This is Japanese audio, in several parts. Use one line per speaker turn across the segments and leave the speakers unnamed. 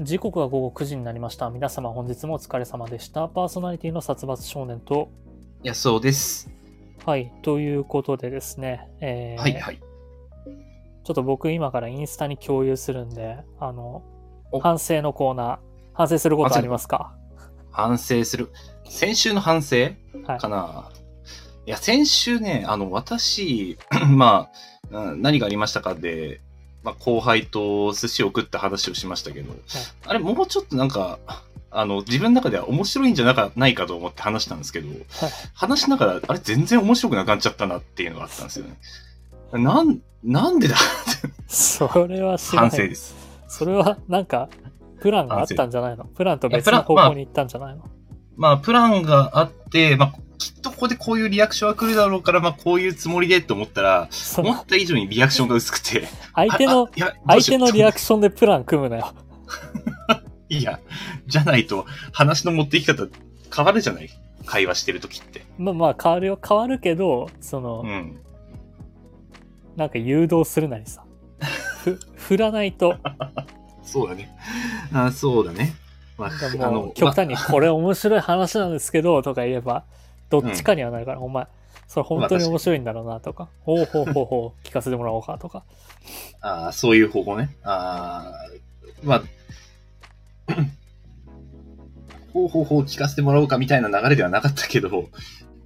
時刻は午後9時になりました。皆様本日もお疲れ様でした。パーソナリティの殺伐少年と、
やそうです。
はい、ということでですね、えー
はいはい。
ちょっと僕今からインスタに共有するんで、あの
お、
反省のコーナー、反省することありますか
反省する。先週の反省
はい
か。な、い、や、先週ね、あの、私、 まあ、うん何がありましたかで、まあ、後輩と寿司を食った話をしましたけど、あれ、もうちょっとなんか、あの、自分の中では面白いんじゃなかないかと思って話したんですけど、話しながら、あれ、全然面白くなくなっちゃったなっていうのがあったんですよね。なん、なんでだ
それは知ら
反省
ない
で。す。
それはなんか、プランがあったんじゃないのプランと別
い
の
やプ
方
ランまあ
向に行ったんじゃないの、
まあ、プランがあって、まあ、きっとここでこういうリアクションが来るだろうから、まあ、こういうつもりでと思ったら、
そ
思
の
った以上にリアクションが薄くて。
相手の
あ、あいやどう
相
しよ
手
う
のリアクションでプラン組むなよ。
いや、じゃないと、話の持っていき方変わるじゃない会話してるときって。
まあまあ変わるよ、変わるけど、その、
うん。
なんか誘導するなりさ。ふ、 振らないと、
そうだね。あそうだね。まあ
なんか
あ
もう
の、
極端にこれ面白い話なんですけど、とか言えば、どっちかにはなるから、お前、それ本当に面白いんだろうなとか、ほうほうほうほう、聞かせてもらおうかとか。
ああそういう方法ね。ああ まあ、ほうほうほう聞かせてもらおうかみたいな流れではなかったけど、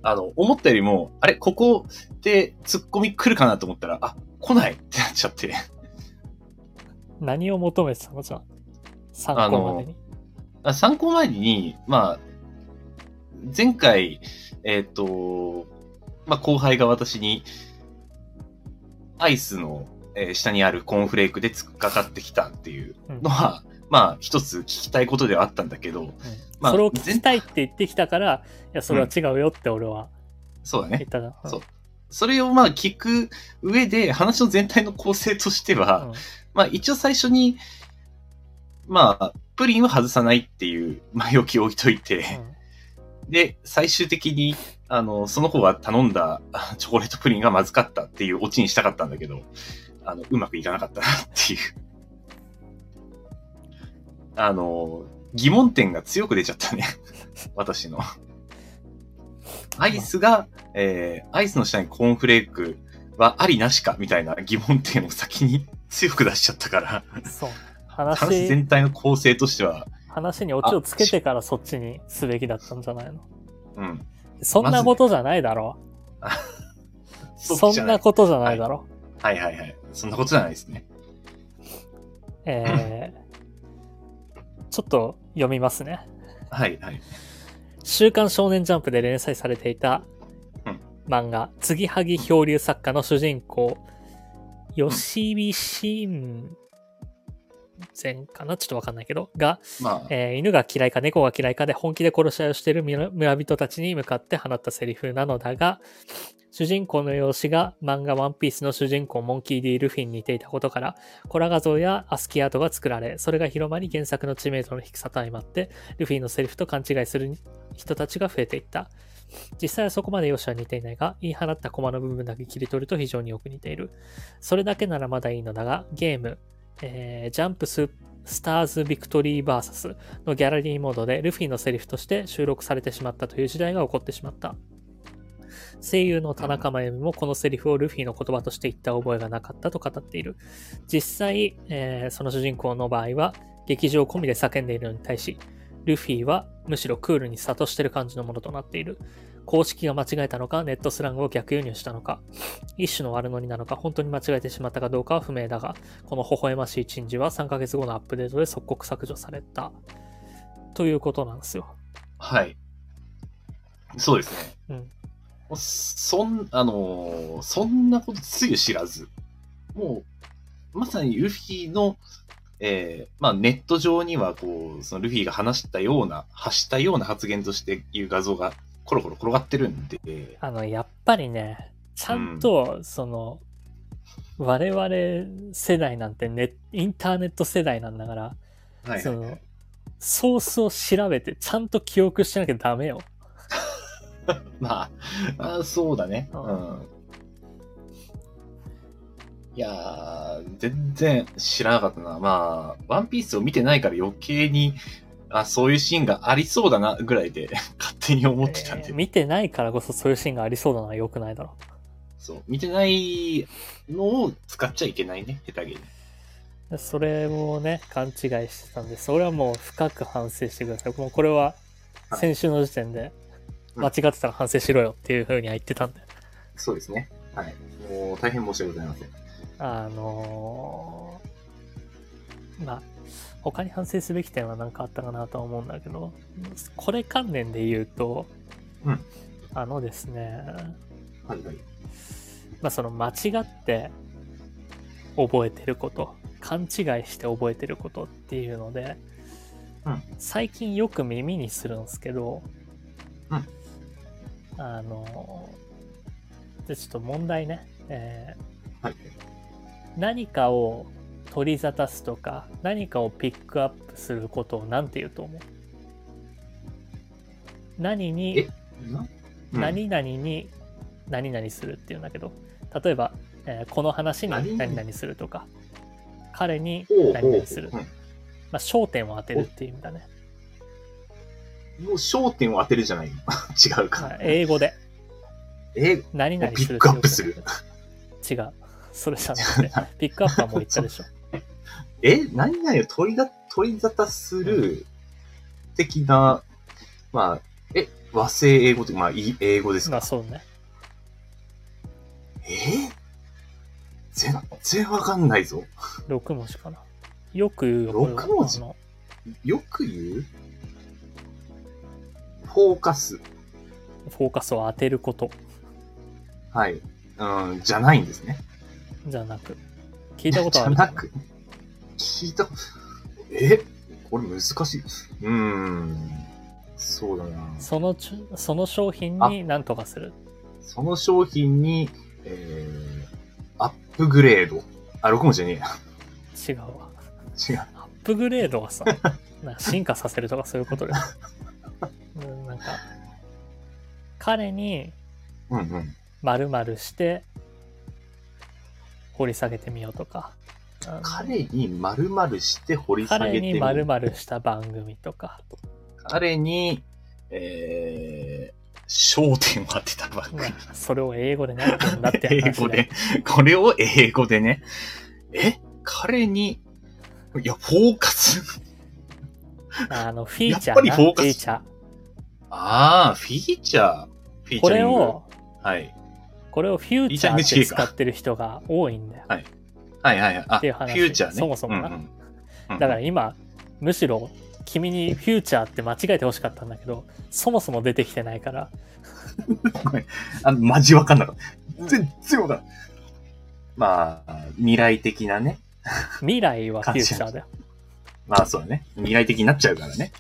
あの、思ったよりも、あれ、ここで突っ込み来るかなと思ったら、あ、来ないってなっちゃって。
何を求めてたのじゃあ、参考までに。
あ参考前に、まあ、前回、えっ、と、まあ、後輩が私に、アイスの、えー下にあるコーンフレークで突っかかってきたっていう
うん
のは、まあ、一つ聞きたいことではあったんだけど、まあ
それを聞きたいって言ってきたから、いや、それは違うよって俺は
そうだ
言っ
ね。
たな。
そうそれをまあ聞く上で、話の全体の構成としては、
うん
まあ一応最初に、まあ、プリンは外さないっていう前置きを置いといて、
うん
で、最終的に、あの、その子が頼んだ あチョコレートプリンがまずかったっていうオチにしたかったんだけど、あの、うまくいかなかったなっていう。あの、疑問点が強く出ちゃっ たね。私の。アイスが、えー、アイスの下にコーンフレークはありなしかみたいな疑問点を先に強く出しちゃったから、
そう。
話
話、
全体の構成としては、
話にオチをつけてからそっちにすべきだったんじゃないの
うん。
そんなことじゃないだろう。
そ
そ
っちじゃ
ん
ない
なことじゃないだろう。
はいはいはい。そんなことじゃないですね。
えー、ちょっと読みますね。
はいはい。
週刊少年ジャンプで連載されていた
うん
漫画、継ぎはぎ漂流作家の主人公、吉見新前かなちょっとわかんないけど、が、
まあ、
えー犬が嫌いか猫が嫌いかで本気で殺し合いをしている村村人たちに向かって放ったセリフなのだが、主人公の容姿が漫画ワンピースの主人公モンキー・ D ・ルフィに似ていたことから、コラ画像やアスキーアートが作られ、それが広まり原作の知名度の低さと相まって、ルフィのセリフと勘違いする人たちが増えていった。実際はそこまで容姿は似ていないが、言い放ったコマの部分だけ切り取ると非常によく似ている。それだけならまだいいのだが、ゲーム、えージャンプススターズ・ビクトリー VS のギャラリーモードでルフィのセリフとして収録されてしまったという時代が起こってしまった。声優の田中真由美もこのセリフをルフィの言葉として言った覚えがなかったと語っている。実際、えーその主人公の場合は劇場込みで叫んでいるのに対し、ルフィはむしろクールに諭してる感じのものとなっている。公式が間違えたのか、ネットスラングを逆輸入したのか、一種の悪ノリなのか、本当に間違えてしまったかどうかは不明だが、この微笑ましい陳事は3ヶ月後のアップデートで即刻削除された。ということなんですよ。
はい。そうですね。
うん。
もうそん、あのーそんなことつゆ知らず、もう、まさにルフィの、えーまあネット上には、こう、そのルフィが話したような、発したような発言としていう画像がコロコロ転がってるんで、
あの、やっぱりね、ちゃんと、その、我々世代なんてネ、インターネット世代なんだから、
はい
そ
はい、
の、ソースを調べて、ちゃんと記憶してなきゃダメよ。
まあ、あーそうだね。
う
うんん。いやー、全然知らなかったな。まあ、ワンピースを見てないから余計に、あ、そういうシーンがありそうだな、ぐらいで 勝手に思ってたんで。
えー見てないからこそそういうシーンがありそうだのは良くないだろ
そう。見てないのを使っちゃいけないね、下手げに。
う。でそれをね、勘違いしてたんで、それはもう深く反省してください。もうこれは
はい
先週の時点で、
うん
間違ってたら反省しろよっていうふうには言ってたんで。
そうですね。はい。もう大変申し訳ございません。
あのーまあ、他に反省すべき点は何かあったかなとは思うんだけど、これ関連で言うと、
うん
あのですね、
はいはい。
まあ、その間違って覚えてること、勘違いして覚えてることっていうので、
うん
最近よく耳にするんですけど、
うん
あのーでちょっと問題ね、えー
はい。
何かを取り沙汰すとか何かをピックアップすることを何て言うと思う何に
えな、うん、
何々に何々するっていうんだけど例えば、えーこの話
何
に
々
何々するとか彼に
おう
何々する、
おう
ま
うん
あ、焦点を当てるっていう意味だね、
もう焦点を当てるじゃないよ。 違うか
まあ。英語で
え、
何々するって
ピックアップする
よく言う違うそれじゃなくてピッ クアップはもう言ったでしょ
え、何々を取りだ取り沙汰する的な、まあ、え、和製英語って、まあ、いい英語です
ま
か
あ。そうね
えー全然わかんないぞ。
6文字かなよく言うよこれは
六文字
あの
よく言うフォーカス。
フォーカスを当てること
はい。うん、じゃないんですね。
じゃなく聞いたことある
じゃなく、聞いた、えこれ難しい。うーん、そうだな。
そのちゅその商品に何とかする
その商品に、えー、アップグレード。あ、6文字じゃね
違うわ
えや。違う。
アップグレードはさ なんか進化させるとかそういうことですうんなんか彼に
うんうん。
丸々して掘り下げてみようとかうん
彼に丸々して掘り下げ
彼
てみ
に
る
丸々した番組とか、
彼に、えー、焦点を当てたばっかり。
まあそれを英語で何て言うんだって話
英語で。これを英語でね。え彼に、いや、フォーカス。
あのフィーチャーな
やっぱりフォーカス
フィーチャ
ああ、フィーチャー。フィ
ー
ーチャリング
これを
はい。
これをフューチャーって使ってる人が多いんだよ。
はいはいはい。あ、
って
フ
いう話
ューチャーね。
そもそもな
うんうんうん
だから今、むしろ君にフューチャーって間違えてほしかったんだけど、そもそも出てきてないから、
あの、マジわかんなかった。全然わかんない。まあ、未来的なね。
未来はフューチャーだよ。
まあそうだね。未来的になっちゃうからね。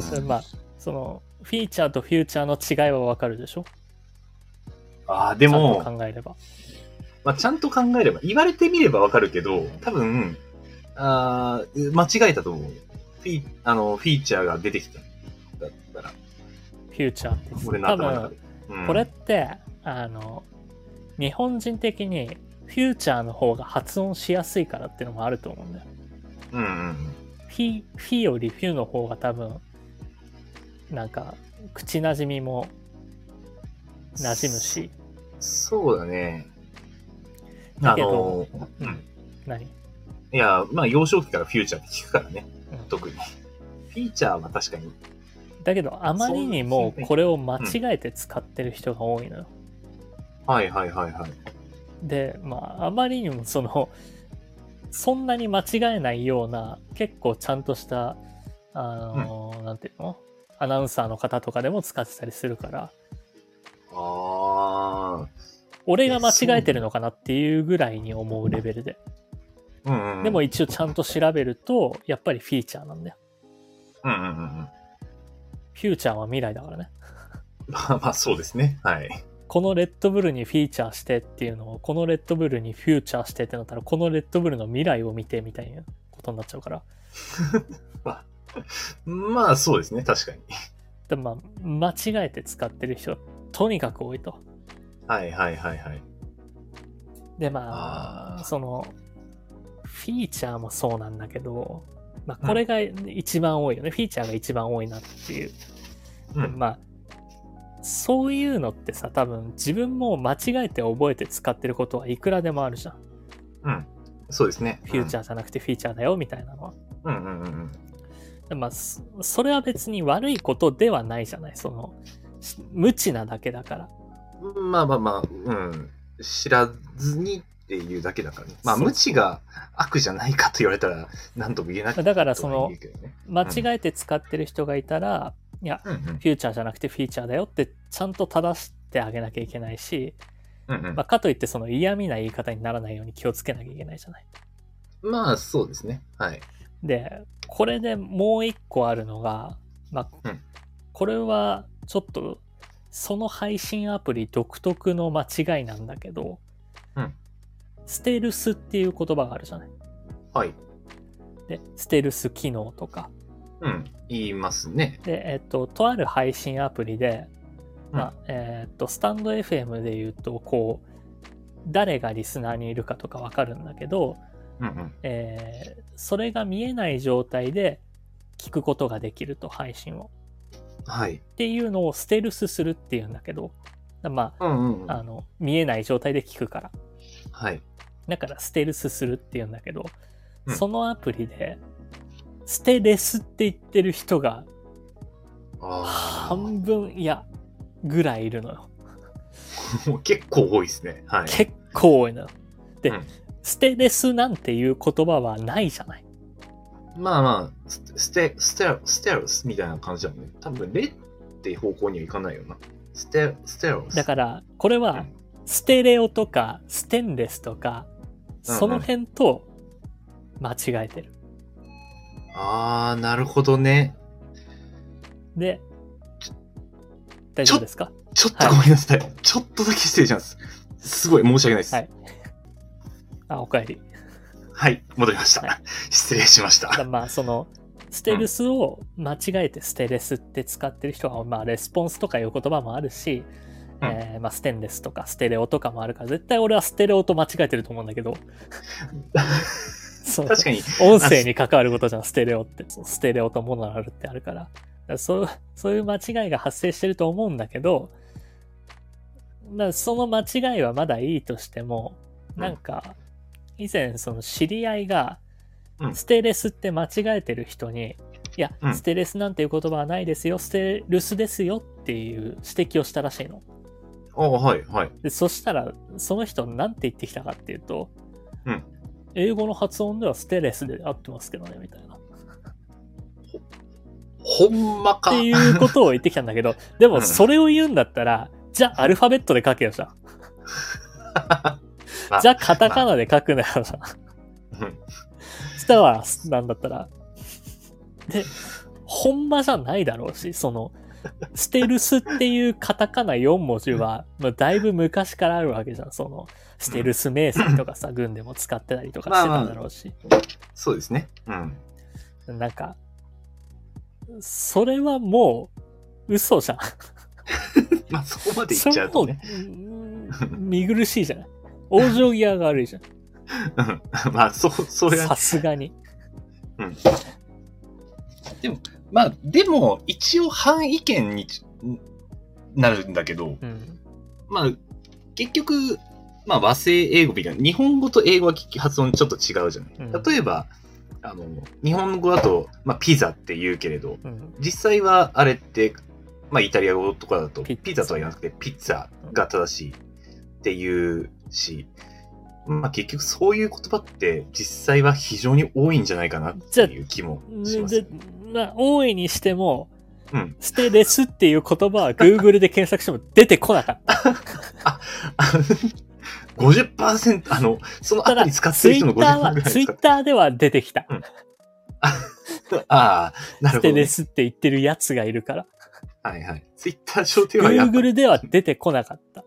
それまあ、その、フィーチャーとフューチャーの違いはわかるでしょ
ああ、で
ちゃん
も、
と考えれば。
まあ、ちゃんと考えれば、言われてみればわかるけど、多分、あー間違えたと思うよ。フィあの、フィーチャーが出てきた。だったら、
フューチャーって言って
俺
た。多
の頭の中
分
で、。うん
これって、あの、日本人的にフューチャーの方が発音しやすいからっていうのもあると思うんだよ。
うんうん
フィ、フィよりフュの方が多分、なんか、口なじみも
うん。
馴染むし、
そうだね。
だ
あ
けど
の、
う
うん
ん、何
いや、まあ、幼少期からフューチャーって聞くからね。
うん
特に。フィーチャーは確かに。
だけどあまりにも
そう
これを間違えて使ってる人が多いのよ、
はいはいはいはい。
でまああまりにもそのそんなに間違えないような結構ちゃんとしたあのー、なんていうのアナウンサーの方とかでも使ってたりするから
あ
俺が間違えてるのかなっていうぐらいに思うレベルで
あ。うん、うん。
でも、一応ちゃんと調べるとやっぱりフィーチャーなんだよ
うんうんうんうん。
フューチャーは未来だからね
まあまあ、そうですね。はい。
このレッドブルにフィーチャーしてっていうのをこのレッドブルにフューチャーしてってなったらこのレッドブルの未来を見てみたいなことになっちゃうから
まあ、そうですね。確かに。
でもまあ間違えて使ってる人とにかく多いと
はいはいはいはい。
でま
あ
あ
ー
そのフィーチャーもそうなんだけど、まあ、これが一番多いよね、フィーチャーが一番多いなっていう、
うん。
まあそういうのってさ多分自分も間違えて覚えて使ってることはいくらでもあるじゃん
うん。そうですね。
フューチャ
ャー。
ーじゃなくてフィーチャーだよみたいなのは、
うんうんうんうん。
でまあそそれは別に悪いことではないじゃないそのし無知なだけだから
まあまあまあ、うん。知らずにっていうだけだからね。まあ、
そう
無知が悪じゃないかと言われたら、なんとも言えない
だからその
う
間違えて使ってる人がいたら、いや
んうん。
フューチャーじゃなくてフィーチャーだよってちゃんと正してあげなきゃいけないし、
うんうん
まあ、かといってその嫌味な言い方にならないように気をつけなきゃいけないじゃない。
まあ、そうですね。はい。
でこれでもう一個あるのが、まあ
うん
これはちょっとその配信アプリ独特の間違いなんだけど、
うん
ステルスっていう言葉があるじゃない。
はい。
でステルス機能とか
うん。言いますね。
で、えっと、とある配信アプリで、まあえっとスタンド FM で言うとこう誰がリスナーにいるかとかわかるんだけど、
うんうん。
えーそれが見えない状態で聞くことができると配信を
はい。
っていうのをステルスするっていうんだけどま
うんうんうん。
ああの見えない状態で聞くから
はい。
だからステルスするっていうんだけど、
うん
そのアプリでステレスって言ってる人が
ああ。
半分いやぐらいいるのよ。
もう結構多いですね。はい。
結構多いのよ。で、
うん
ステレスなんていう言葉はないじゃない。
まあまあ、スステ、ステ、ステロスみたいな感じだもんね。多分、レって方向にはいかないよな。ステ、ステロス。
だから、これ
う
は
ん、
ステレオとか、ステンレスとか、その辺と間違えてる。
ああ、なるほどね。
で、大丈夫ですか
ちょっとごめんなさい。ちょっとだけ失礼します。すごい申し訳ないです。
は
はいい。
あ、おかえり。
戻りました。
は
失礼しまし
だ
た。
まあ、その、ステルスを間違えてステレスって使ってる人は、まあ、レスポンスとかいう言葉もあるし、
うん
えーまあ、ステンレスとかステレオとかもあるから、絶対俺はステレオと間違えてると思うんだけど、そう
確かに。
音声に関わることじゃん、ステレオって。そうステレオとモノラルってあるから。だからそうそういう間違いが発生してると思うんだけど、だからその間違いはまだいいとしても、なんか、以前、その知り合いが
う、ん
ステレスって間違えてる人に、いや
う、ん
ステレスなんていう言葉はないですよ、ステルスですよっていう指摘をしたらしいの。
ああ、はい、はい。
でそしたらその人なんて言ってきたかっていうと、
うん
英語の発音ではステレスで合ってますけどねみたいなっ
ほんまか。
ていうことを言ってきたんだけ どで
う
も
ん
それを言うんだったら、じゃあアルファベットで書けよじ ゃん
あ
じゃあカタカナで書くなよじゃん
うん
そしたらなんだったらでほんまじゃないだろうしそのステルスっていうカタカナ4文字は、まあ、だいぶ昔からあるわけじゃんそのステルス名跡とかさ軍でも使ってたりとかしてただろうし、
そうですね。うん。
なんか、それはもう、嘘じゃん。
まあ、そこまでいっ
そ
ち
れ
ゃう
も
と
う
ね。
ーん見苦しいじゃない。往生際が悪 いじゃん。
うん。まあ、そう、それは
さすがに。
まあ、でも、一応反意見にちなるんだけど、
うん。
まあ、結局、まあ、和製英語みたいな、日本語と英語は聞き発音ちょっと違うじゃない。
うん
例えば、あの、日本語だと、まあ、ピザって言うけれど、
うん。
実際はあれって、まあ、イタリア語とかだと、
ピッツァ
ピザとは言わなくて、ピッツァが正しいっていうし、まあ、結局そういう言葉って、実際は非常に多いんじゃないかなっていう気もします。
で、まあ、大いにしても、
うん
ステレスっていう言葉は Google で検索しても出てこなかった。
50%、あの、その
た
アプ
だ、
リ
ツ
使ってる
イ
人の
ッ
50%
ター
ぐらい
は、ツイッ
使って
ターでは出てきた。
る。ああ、な
ス
るほど
テ
ね、
レスって言ってるやつがいるから。
はいはい。ツイッター上ではやっぱり
Google では出てこなかった。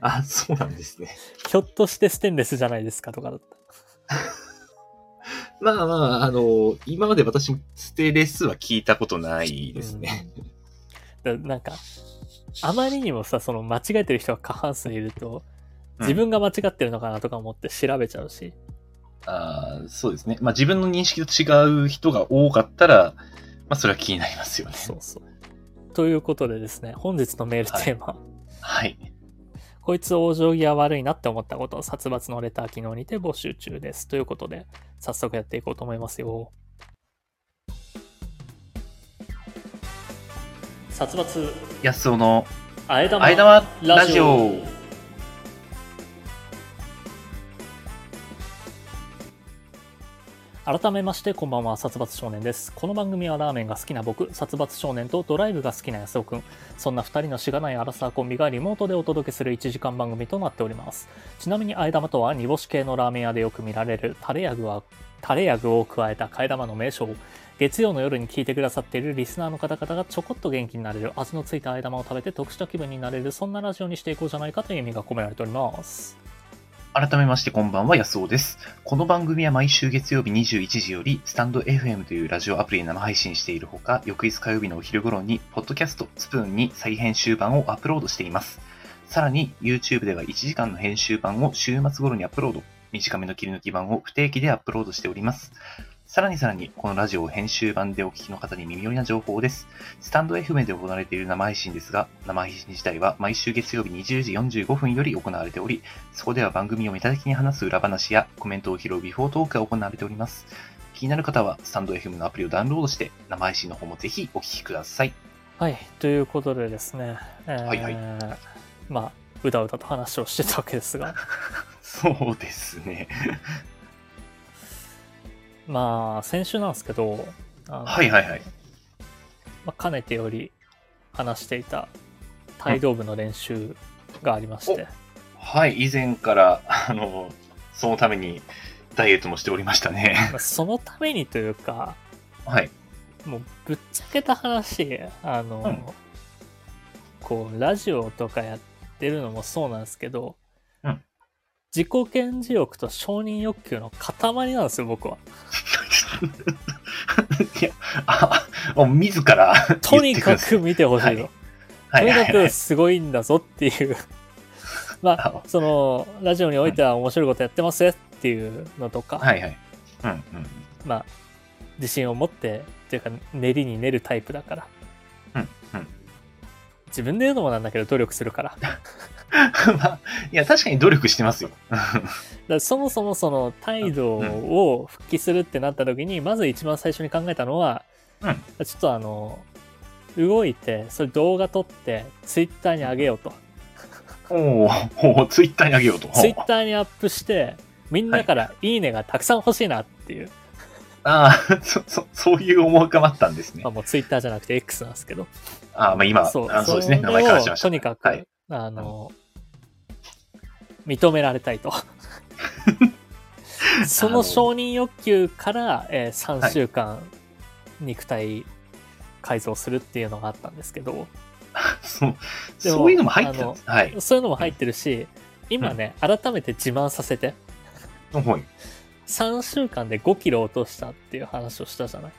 あ、そうなんですね。
ひょっとしてステンレスじゃないですかとかだった。
まあまあ、あの、今まで私もステレスは聞いたことないですね。
うん。だなんか、あまりにもさ、その間違えてる人が過半数いると、自分が間違ってるのかなとか思って調べちゃうし、
あーそうですね。まあ自分の認識と違う人が多かったら、まあそれは気になりますよね。
そうそう。ということでですね、本日のメールテーマ、
はい。
こいつ往生際悪いなって思ったことを殺伐のレター機能にて募集中です。ということで、早速やっていこうと思いますよ。殺伐、
安尾の、
あえだま
あえ玉ラ
ラ
ジ
ジ
オ
オ。改めましてこんばんは殺伐少年ですこの番組はラーメンが好きな僕殺伐少年とドライブが好きな安尾くんそんな2人のしがないアラサーコンビがリモートでお届けする1時間番組となっておりますちなみにあえ玉とは煮干し系のラーメン屋でよく見られるタレや具はタレや具を加えた替え玉の名称月曜の夜に聞いてくださっているリスナーの方々がちょこっと元気になれる味のついたあえ玉を食べて得した気分になれるそんなラジオにしていこうじゃないかという意味が込められております
改めましてこんばんは、安尾です。この番組は毎週月曜日21時より、スタンド FM というラジオアプリで生配信しているほか、翌日火曜日のお昼頃に、ポッドキャスト、スプーンに再編集版をアップロードしています。さらに、YouTube では1時間の編集版を週末頃にアップロード、短めの切り抜き版を不定期でアップロードしております。さらにさらに、このラジオを編集版でお聞きの方に耳寄りな情報です。スタンド FM で行われている生配信ですが、生配信自体は毎週月曜日20時45分より行われており、そこでは番組をメタ的に話す裏話やコメントを拾うビフォートークが行われております。気になる方はスタンド FM のアプリをダウンロードして生配信の方もぜひお聞きください。
はいということでですね、えー
はいはい
まあうだうだと話をしてたわけです が
そうですね。
まあ先週なんですけどあの
はいはいはい。
まあ、かねてより話していた帯同部の練習がありまして、
はい、以前から、あの、そのためにダイエットもしておりましたね。
まあそのためにというか
はい。
もうぶっちゃけた話あの、
うん
こうラジオとかやってるのもそうなんですけど、
うん
自己顕示欲と承認欲求の塊なんですよ僕は。
いや、あ、あ自ら
とにか
言って
く見てほしいの、
はいはい
と
は
にか
い
くすごいんだぞっていう まあそのラジオにおいては面白いことやってますよっていうのとか、
はいはい。うんうん。
まあ自信を持ってっていうか練りに練るタイプだから
うんうん。
自分で言うのもなんだけど努力するから
まあ、いや、確かに努力してますよ。
だからそもそもその態度を復帰するってなった時に、まず一番最初に考えたのは、
う
ちょっとあの動いてそれ動画撮ってツイッターに上げようと
おーおー、ツイッターにあげようと。
ツイッターにアップしてみんなから「いいね」がたくさん欲しいなっていう、
ああ、 そ、そ、そういう思惑もあったんですね
まあ、。もうツイッターじゃなくて X なんですけど
ああ、まあ今、あ
そう
そうですね。
それ
名
を
前からしました。
とにかく、
はい。
あの認められたい とその承認欲求から、えー3週間肉体改造するっていうのがあったんですけど、
そう、
でも
そういうのも入ってたんです。はい。
そういうのも入ってるし今ね、改めて自慢させて
はい
3週間で5キロ落としたっていう話をしたじゃない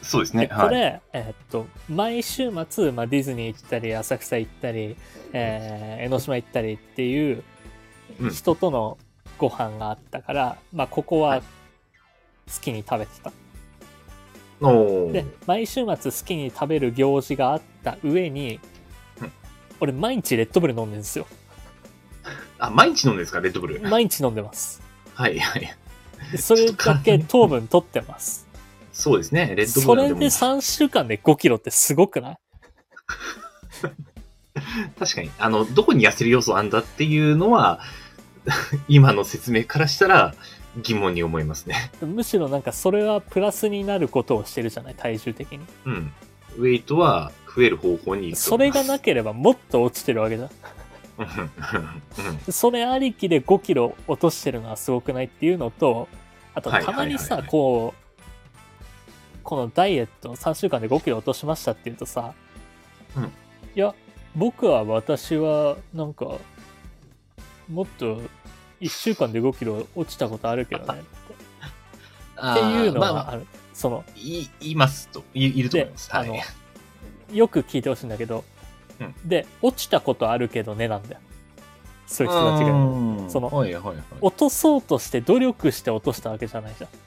そうです
で
ね。
こ
は
れ、
い。
えーっと毎週末、まあ、ディズニー行ったり浅草行ったり、えー江ノ島行ったりっていう
うん
人とのご飯があったから、まあ、ここ
は
はい好きに食べてた、
お
で
ー
毎週末好きに食べる行事があった上に、
うん
俺毎日レッドブル飲んでるんですよ
あ、毎日飲んでるんですか、レッドブル。
毎日飲んでます
はいはい。
でそれだけ糖分取ってます
そうですね。レッド
そ
ブル
れ
なん
で
てもう
3週間で5キロってすごくない
確かに、あの、どこに痩せる要素あんだっていうのは、 今の説明からしたら疑問に思いますね。
むしろなんかそれはプラスになることをしてるじゃない体重的に
うん。ウェイトは増える方向に行くと
そ
思い
れ
ます
がなければもっと落ちてるわけだ
うんうんうん
それありきで5キロ落としてるのはすごくないっていうのとあと
はい
たまにさ、
はいはいはい
こうこのダイエット3週間で5キロ落としましたっていうとさ、
うん
いや僕は私はなんかもっと1週間で5キロ落ちたことあるけどねって
あ
って
ー
いうの
まあまあ
があるその
いいますといいると思います。
で
はい、
あのよく聞いてほしいんだけど、
うん
で落ちたことあるけどねなんだよそういう人たちが
うん
その
はいはいはい。
落とそうとして努力して落としたわけじゃないじゃんだ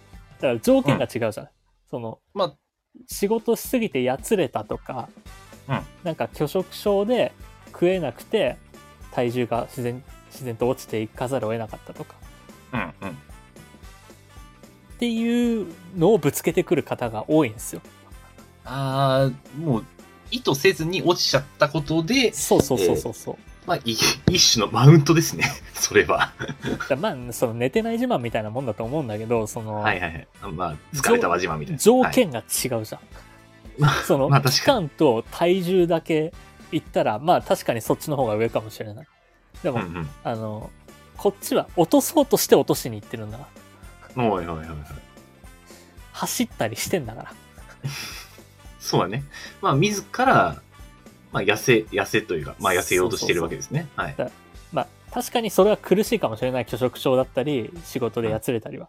から条件が違うじゃん、その
まあ、
仕事しすぎてやつれたとか、
うん
なんか拒食症で食えなくて体重が自然自然と落ちていかざるを得なかったとか
うんうん。
っていうのをぶつけてくる方が多いんですよ
ああ、もう、意図せずに落ちちゃったことで、
そうそうそうそうそう、
まあ、い一種のマウントですね。 それは。
だからまあその寝てない自慢みたいなもんだと思うんだけどその、
はいはいはい。まあ、疲れた輪島みたいな。
条
はい
件が違うじゃん、
まあ
その
まあ確か
期間
に
と体重だけ言ったらまあ確かにそっちの方が上かもしれないでも、
うん
あのこっちは落とそうとして落としに行ってるんだから
うん。はいはいはいはい。
走ったりしてんだから
そうだね。まあ、自ら、まあ、痩せ、痩せというか、まあ、痩せようとしてるわけですね。はい。
まあ確かにそれは苦しいかもしれない拒食症だったり仕事でやつれたりは、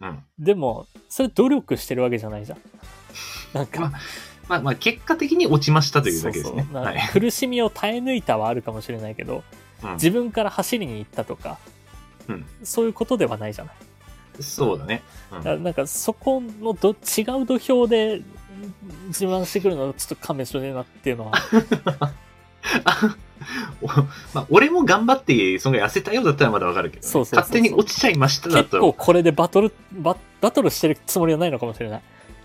うん。
でもそれ努力してるわけじゃないじゃんなんか、
まあまあ、まあ、結果的に落ちましたというだけですね。
そうそうな
は
ん
い。
か苦しみを耐え抜いたはあるかもしれないけど、
うん
自分から走りに行ったとか、
うん
そういうことではないじゃない。
そうだね。 う
だから
ん。
なんかそこのど違う土俵でん自慢してくるのはちょっと勘弁してねえなっていう のは
あおまあ、俺も頑張って、その痩せたようだったらまだわかるけどね、
そうそうそうそう
勝手に落ちちゃいましただ
結
と
構。これでバトルババトルしてるつもりはないのかもしれない。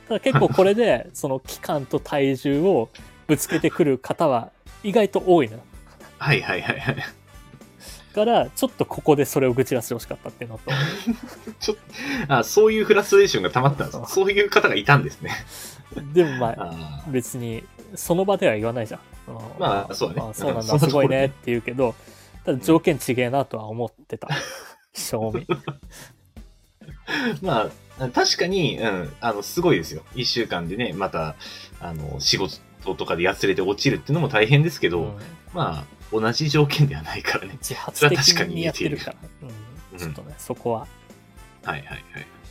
ただ結構これでその期間と体重をぶつけてくる方は意外と多いのよ。
はいはいはいはい。
からちょっとここでそれを愚痴らせてほしかったっていう のと。
ちょっとあそういうフラストレーションが溜まってたんですそういう方がいたんですね。
でもまあ
あー
別にその場では言わないじゃん。その
まあそうだね
そうなん
う
だ、
んそ
す
んなとこ
ご
ろ
い
で
ねって言うけど、ただ条件ちげえなとは思って た。正味。
まあ、確かに、うん、あの、すごいですよ。一週間でね、また、あの、仕事とかでやつれて落ちるっていうのも大変ですけど、
うん
まあ、同じ条件ではないからね。
自発的
それは確かに
に
言
や
え
って
い
て
る
るから。う
うん
ん、ちょっとね、そこは、
はいはいはい。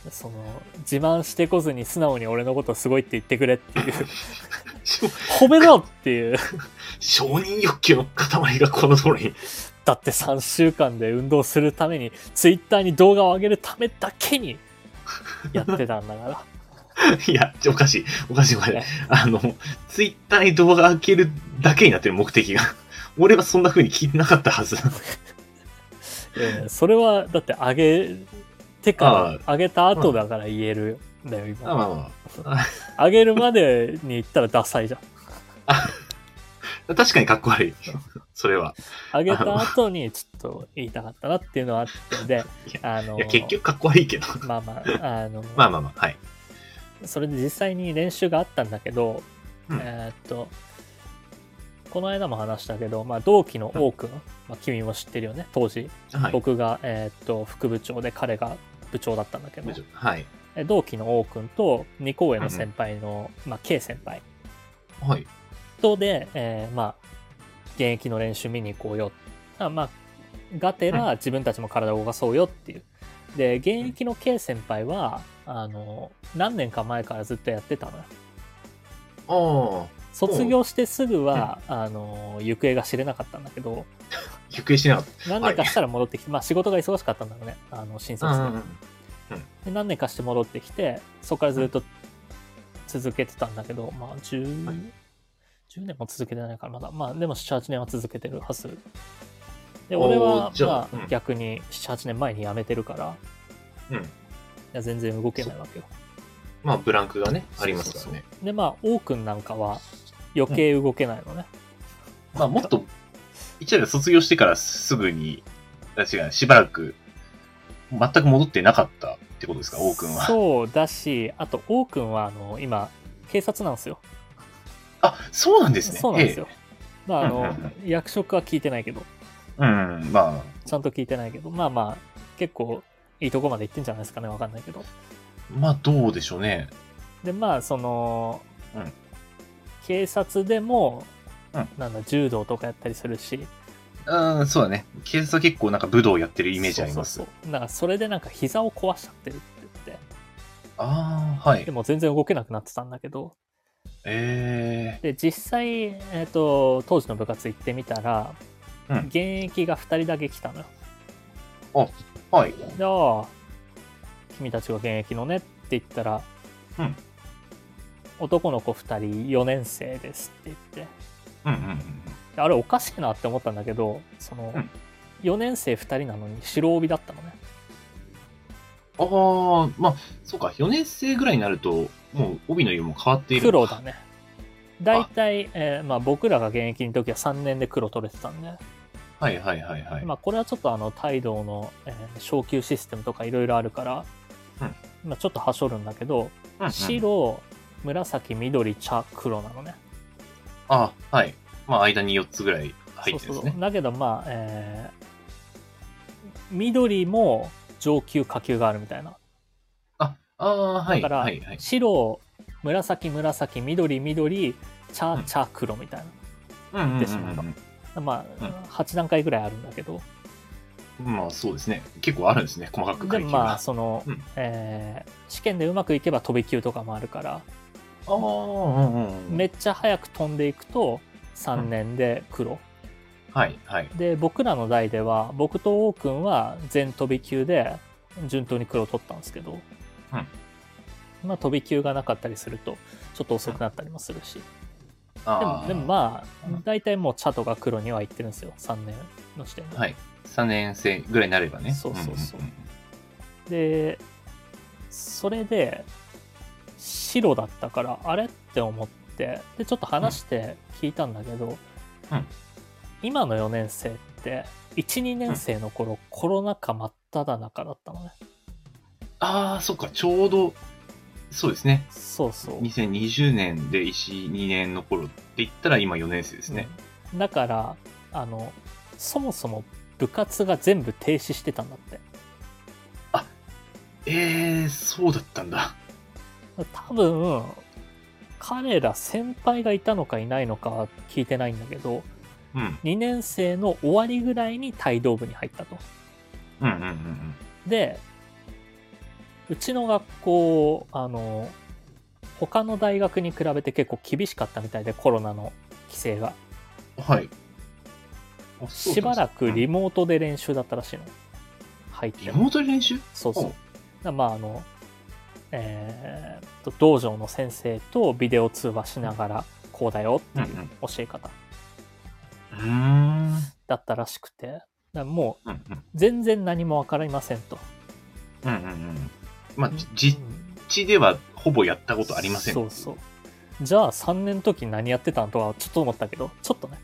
その、自慢してこずに素直に俺のことすごいって言ってくれっていう、
承
褒めろっていう。
承認欲求の塊がこの通りに。
だって3週間で運動するために、ツイッターに動画を上げるためだけにやってたんだから。
いや、おかしい。おかしいおかしい。あの、ツイッターに動画開けるだけになってる目的が。俺はそんな風に聞いてなかったは ず。
いやいやそれはだって上げて
あ
から上げた後だから言えるんだよ
まあま
今
あま
上げるまでに行ったらダサいじゃん
あ。確かにかっこ悪い。それは。
上げた後にちょっと言いたかったなっていうのはあってであの
いや、結局かっこ悪いけど。
まあまああの
まあまあまあ、はい。
それで実際に練習があったんだけど、
うん
えーっとこの間も話したけど、まあ、同期の王君、まあ、君も知ってるよね当時
はい。
僕が、えーっと副部長で彼が部長だったんだけど
はい。
え同期の王くんと二校上の先輩の、まあ、K 先輩
はい。
とで、えーまあ、現役の練習見に行こうよあまあがてら自分たちも体を動かそうよっていうで現役の K 先輩はあの何年か前からずっとやってたのよ
ああ、
卒業してすぐは、あの行方が知れなかったんだけど
行方しなかっ
何年かしたら戻ってきて、まあ仕事が忙しかったんだろうねあの新卒で、
た。
で何年かして戻ってきてそこからずっと続けてたんだけど、まあ 10,、
はい
10年も続けてないからまだまあでも78年は続けてるはずで
おー
俺は
じゃあ
まあ、
うん
逆に78年前に辞めてるから
うん。
いや全然動けないわけよ
まあ、ブランクがね、ありますか
そう
ら
そう
ね。
そうでまあ王くんなんかは余計動けないのね、
まあ、もっと、一応卒業してからすぐに、あ違う、しばらく、全く戻ってなかったってことですか、王くんは。
そうだしあと王くんはあの今警察なんですよ
あ、そうなんですね。
そうなんですよ、まああの、
うんうん
役職は聞いてないけど
ええ。うん、ま
ちゃんと聞いてないけど、まあまあ、結構いいとこまで行ってんじゃないですかね、わかんないけど。
あ、まあ、どうでしょうね。
で、まあ、その、
うん
警察でも、
うん
なんだ、柔道とかやったりするし、
うん、そうだね。警察は結構なんか武道やってるイメージあります。
そうそうそう。なんか、それでなんか膝を壊しちゃってるって言っ
ああ、は
て、で
い。
も全然動けなくなってたんだけど、
ええ
で、実際、えっ、と、当時の部活行ってみたら、
うん
現役が2人だけ来たのよ。
はい。
じゃあ、君たちが現役のねって言ったら、
うん
男の子2人4年生ですって言って、
うんうんうん
であれおかしいなって思ったんだけど、その、
うん
4年生2人なのに白帯だったのね。
うん。ああ、まあ、そうか、4年生ぐらいになると、もう帯の色も変わっている。
黒だ。ね。大体、えーまあ、僕らが現役の時は3年で黒取れてたんで、
はいはいはいはい。
まあ、これはちょっとあの態度の、えー昇級システムとかいろいろあるから、
うん
まあ、ちょっとはしょるんだけど、
うんうん
白紫緑茶黒なのね
あはい。まあ、間に4つぐらい入ってるんですね。
だけどまあ、えー緑も上級下級があるみたいな
あああ、は
だ
い。
から、
はいはい。
白紫紫緑緑茶茶黒みたいな、
うんうんうん
ですもんまあ、
うん
8段階ぐらいあるんだけど
うんまあ、そうですね。結構あるんですね、細かく
で
階級
も
が。
まあ
あ
その、
うん
えー試験でうまくいけば飛び級とかもあるから、
あー、うんうんうん。
めっちゃ早く飛んでいくと3年で黒、
はいはい。
で僕らの代では僕と王くんは全飛び級で順当に黒を取ったんですけど、まあ飛び級がなかったりするとちょっと遅くなったりもするし、で
あ
も
ー
でもまあ大体もう茶とか黒には行ってるんですよ3年の時点で、
はい。3年生ぐらいになればね。
そうそうそうん
んん
でそれで白だったからあれって思ってでちょっと話して聞いたんだけど、
うん
今の4年生って12年生の頃、コロナ禍真っ只中だったのね
ああ、そっか、ちょうど、そうですね。
そうそう
2020年で1、2年の頃って言ったら今4年生ですね。
うんだからあのそもそも部活が全部停止してたんだって
ええー、そうだったんだ。
多分彼ら先輩がいたのかいないのかは聞いてないんだけど
うん。
2年生の終わりぐらいに帯同部に入ったと
うんうんうんうん。
でうちの学校あの他の大学に比べて結構厳しかったみたいでコロナの規制が
はい。あ
しばらくリ
リ,、
モートで練習だったらしいの入っ
リ
ても
モートで練習
そうそう
おう。
だまああの、えーっと道場の先生とビデオ通話しながらこうだよっていう教え方
うーん。
だったらしくて、だからもう
うんうん
全然何もわかりませんと。
うんうんうん。まあ、じ実地ではほぼやったことありません。
そうそう。じゃあ3年の時何やってたんとはちょっと思ったけど、ちょっとね、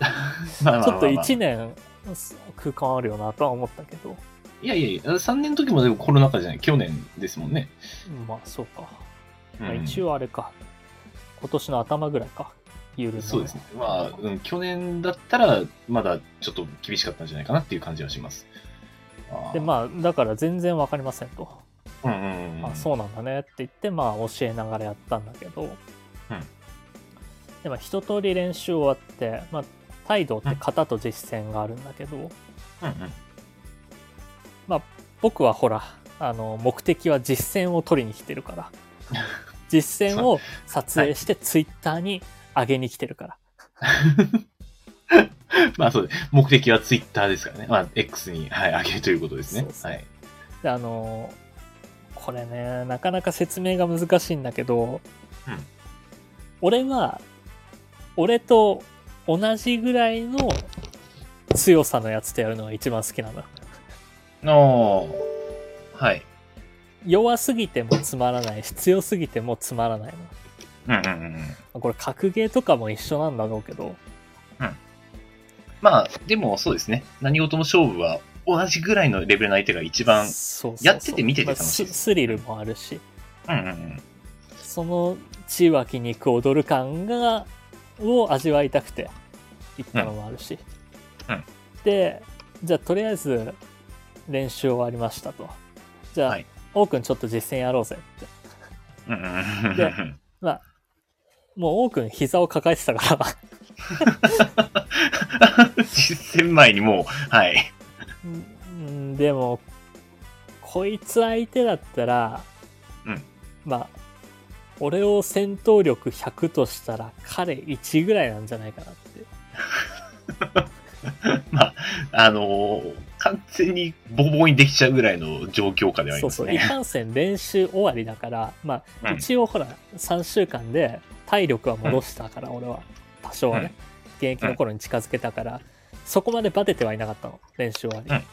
まあまあまあまあ
ちょっと1年空間あるよなとは思ったけど、
いやいやいや、3年の時もでもコロナ禍じゃない、去年ですもんね。
まあそうか。
う
まあ
ん
一応あれか、今年の頭ぐらいか、ゆる
そうですね。まあ、うん、去年だったら、まだちょっと厳しかったんじゃないかなっていう感じはします。あー
でまあだから全然わかりませんと。
うんうんうん、
あそうなんだねって言ってまあ教えながらやったんだけど、でまあ一通り練習終わって、まあ、態度って型と実践があるんだけど、
うんうん。
僕はほらあの目的は実践を取りに来てるから実践を撮影してツイッターに上げに来てるから、
まあそうです。目的はツイッターですからね。まあ、X に、はい、あげるということですね。
そうそう
はい。
であのこれねなかなか説明が難しいんだけど、
うん
俺は俺と同じぐらいの強さのやつとやるのが一番好きなの
おーはい。
弱すぎてもつまらないし強すぎてもつまらない
うんうんうんうん。
のこれ格ゲーとかも一緒なんだろうけど
まあ、でもそうですね。何事も勝負は同じぐらいのレベルの相手が一番、
そうそうそう
やってて見てて楽しい
まあススリルもあるし
うんうんうん。
その血湧き肉踊る感がを味わいたくて行ったのもあるし、
うんうん
でじゃあとりあえず練習終わりましたとじゃあ、
はい
王くんちょっと実践やろうぜって
うんうんうん
で
うん
まあもう王くん膝を抱えてたから
実践前にもう、はい。
うんでもこいつ相手だったら、
うん
まあ俺を戦闘力100としたら彼1ぐらいなんじゃないかなって
まあ、あのー完全にボコボコにできちゃうぐらいの状況下ではあり
そう
ます
そう、一
ね。
般戦練習終わりだから、まあ、
うん
一応ほら、3週間で体力は戻したから、俺は、多少はね、現役の頃に近づけたから、そこまでバテてはいなかったの、練習終わ
う
り。
ん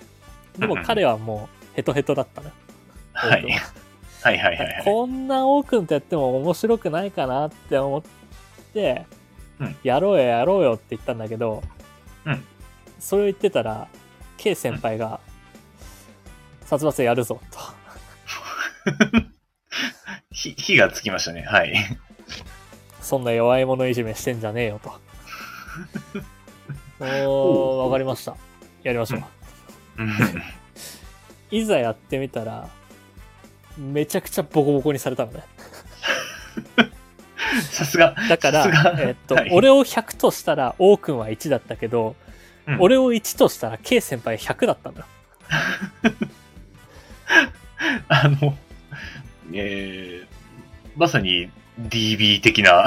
でも彼はもう、ヘトヘトだったな。
はい
俺と
はいはいはいはい。
こんな多くんとやっても面白くないかなって思って、
うん
やろうよやろうよって言ったんだけど、
うん
それを言ってたら K 先輩が「殺伐やるぞ」と
火火がつきましたね。はい。
「そんな弱い者いじめしてんじゃねえよ」 と「おーわかりましたやりましょう」
うん
いざやってみたらめちゃくちゃボコボコにされたのね
さすが。
だか
さす
ら
が、
えっと
はい
俺を100としたら O 君は1だったけど、
うん
俺を1としたら K 先輩100だったんだよ
あの、えー、まさに DB 的な。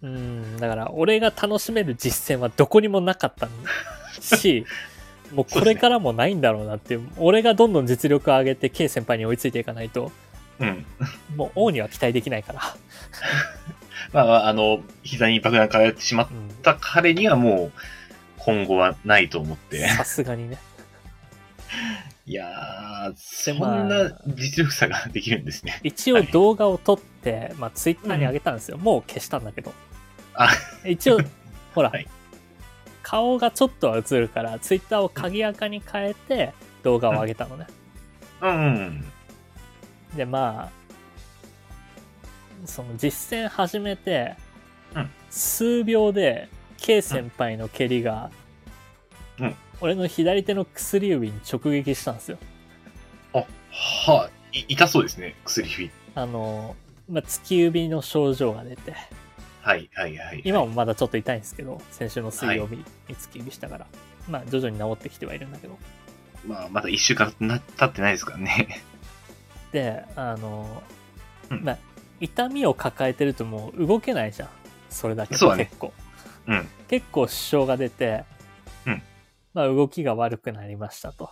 うんだから俺が楽しめる実践はどこにもなかったの しもうこれからもないんだろうなっていう俺がどんどん実力を上げて K 先輩に追いついていかないと
うん。
もう王には期待できないから、
まあ、あの、膝に爆弾からやってしまっ
うん
た彼にはもう、今後はないと思 って。
さすがにね
いやー、そ
で
ん
まあ
な実力差ができるんですね。
一応動画を撮って、まあ、ツイッターに上げたんですよ、もう消したんだけど
あ
一 応ほら、
はい
顔がちょっとは映るからツイッターを鍵垢に変えて動画を上げたのね、
うん。
でまあその実践始めて、
うん
数秒で K 先輩の蹴りが、
うん
俺の左手の薬指に直撃したんですよ
あ、はい、痛そうですね、薬指。
あの、まあ、突き指の症状が出て
はい、はい、はい。
今もまだちょっと痛いんですけど先週の水曜日に突き指したから、まあ徐々に治ってきてはいるんだけど
まあ、まだ一週間な経ってないですからね。
であの、
うん
まあ痛みを抱えてるともう動けないじゃんそれだけで
そうだね
結構
うん。
結構支障が出て、
うん
まあ、動きが悪くなりましたと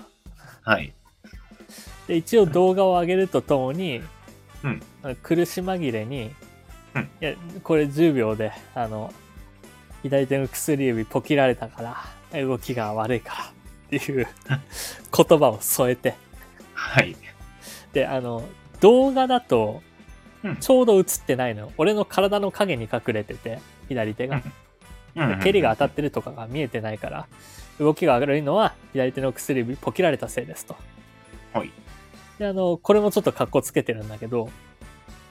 はい。
で一応動画を上げるとともに、
うん
あの苦し紛れに、
うん
いやこれ10秒であの左手の薬指ポキられたから動きが悪いからっていう 言葉を添えて
はい。
であの動画だと
うん
ちょうど映ってないの、俺の体の影に隠れてて左手が、
うん
蹴りが当たってるとかが見えてないから動きが悪いのは左手の薬指ポキられたせいですと。
はい
であのこれもちょっと格好つけてるんだけど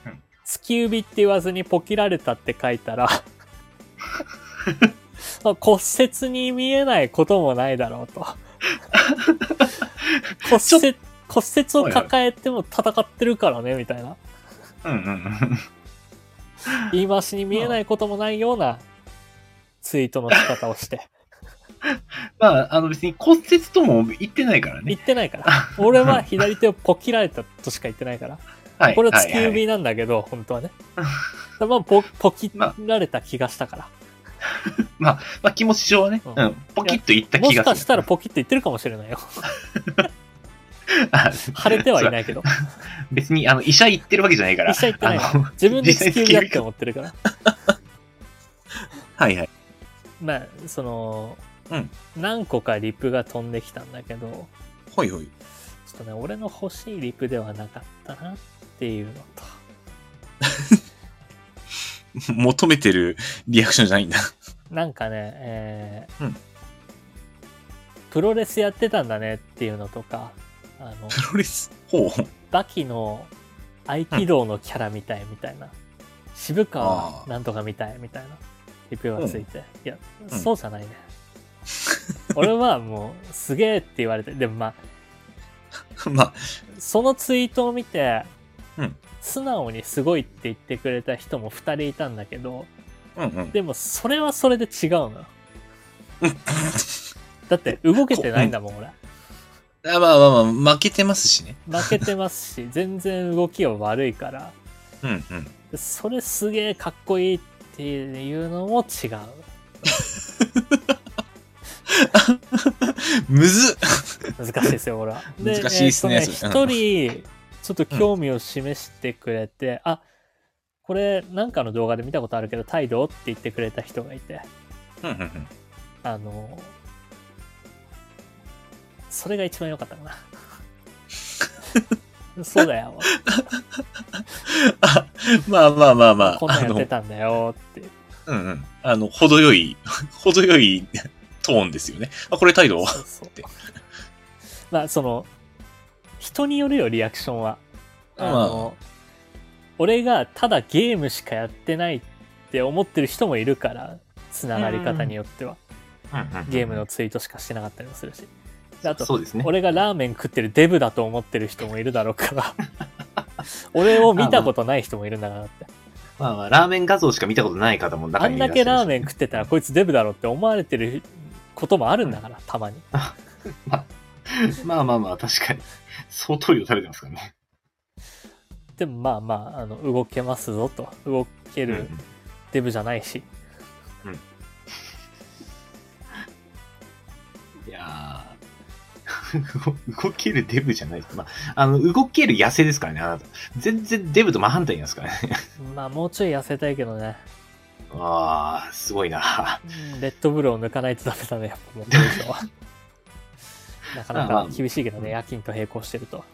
うん
「突き指」って言わずに「ポキられた」って書いたら まあ骨折に見えないこともないだろうと 骨折骨折を抱えても戦ってるからねみたいな
うんうん うん。
言い回しに見えないこともないようなツイートの仕方をして
まあ、あの別に骨折とも言ってないから
言
ね。
ってないから俺は左手をポキられたとしか言ってないから
はい。
これは突き
はいはい
指なんだけど、本当はねまあポポキ
ま
られた気がしたから、
まあ気持ち上はね、
うん
うん。ポキッといった
も
気
し
が
かしたら、ポキって言ってるかもしれ ないよ
あ
腫れてはいないけど
そう別に、あの、医者行ってるわけじゃないから。
医者行ってない
あの
自分で突き指だっ
実際突き
て
指
思ってるから
はいはい。
まあその、
うん
何個かリプが飛んできたんだけど
はいは
ち
い。
ょっとね俺の欲しいリプではなかったなっていうのと
求めてるリアクションじゃないんだ。
なんかね、えー
うん
プロレスやってたんだねっていうのとかあ の
ロレス。ほう。
バキの合気道のキャラみたいみたいな、渋川
あー
なんとかみたいみたいなリプがついて、いや、
うん
そうじゃないね俺はもうすげえって言われてでもまあ
まあ、
そのツイートを見て、
うん
素直にすごいって言ってくれた人も2人いたんだけど
うんうん。
でもそれはそれで違うの よだって動けてないんだもん俺
あまあまあまあ、負けてますしね。
負けてますし全然動きは悪いから
うんうん。
それすげえかっこいいっていうのも違う
むずっ
難しいです よ、これは。
難しいっすね
えーと
う
ね一、人、ちょっと興味を示してくれて、あこれ、なんかの動画で見たことあるけど、態度って言ってくれた人がいて、
うんうんうん
あの、それが一番良かったか な。そうだよ、
あまあまあまあまあ、
こんなん
あ
やって
の、
たんだよって。
うんうん。あの、程よい、 程よいトーンですよね。あ、これ態度
そうそう。まあ、その、人によるよ、リアクションは。あの、俺がただゲームしかやってないって思ってる人もいるから、つながり方によっては。ゲームのツイートしかしてなかったりもするし。であと、
そうですね。
俺がラーメン食ってるデブだと思ってる人もいるだろう から。俺を見たことない人もいるんだからって。
まあまあ、ラーメン画像しか見たことない方も
あ
中に
ん
いら
だ
っしゃ
け
るし
ラーメン食ってたらこいつデブだろって思われてることもあるんだから、たまに。
まあまあまあ、確かに。相当量食べてますからね。
でもまあまあ、あの、動けますぞと。動け
うんう
る
ん
デブじゃないし。
いやー 動けるデブじゃないです。まあ、あの、動ける痩せですからね、あなた。全然デブと真反対なんですからね。
まあ、もうちょい痩せたいけどね。
ああ、すごいな。
うんレッドブルを抜かないとダメだね、やっぱもうこれ以上は。なかな
まあ
か
まあ
厳しいけどね、
うん
夜勤と並行してると。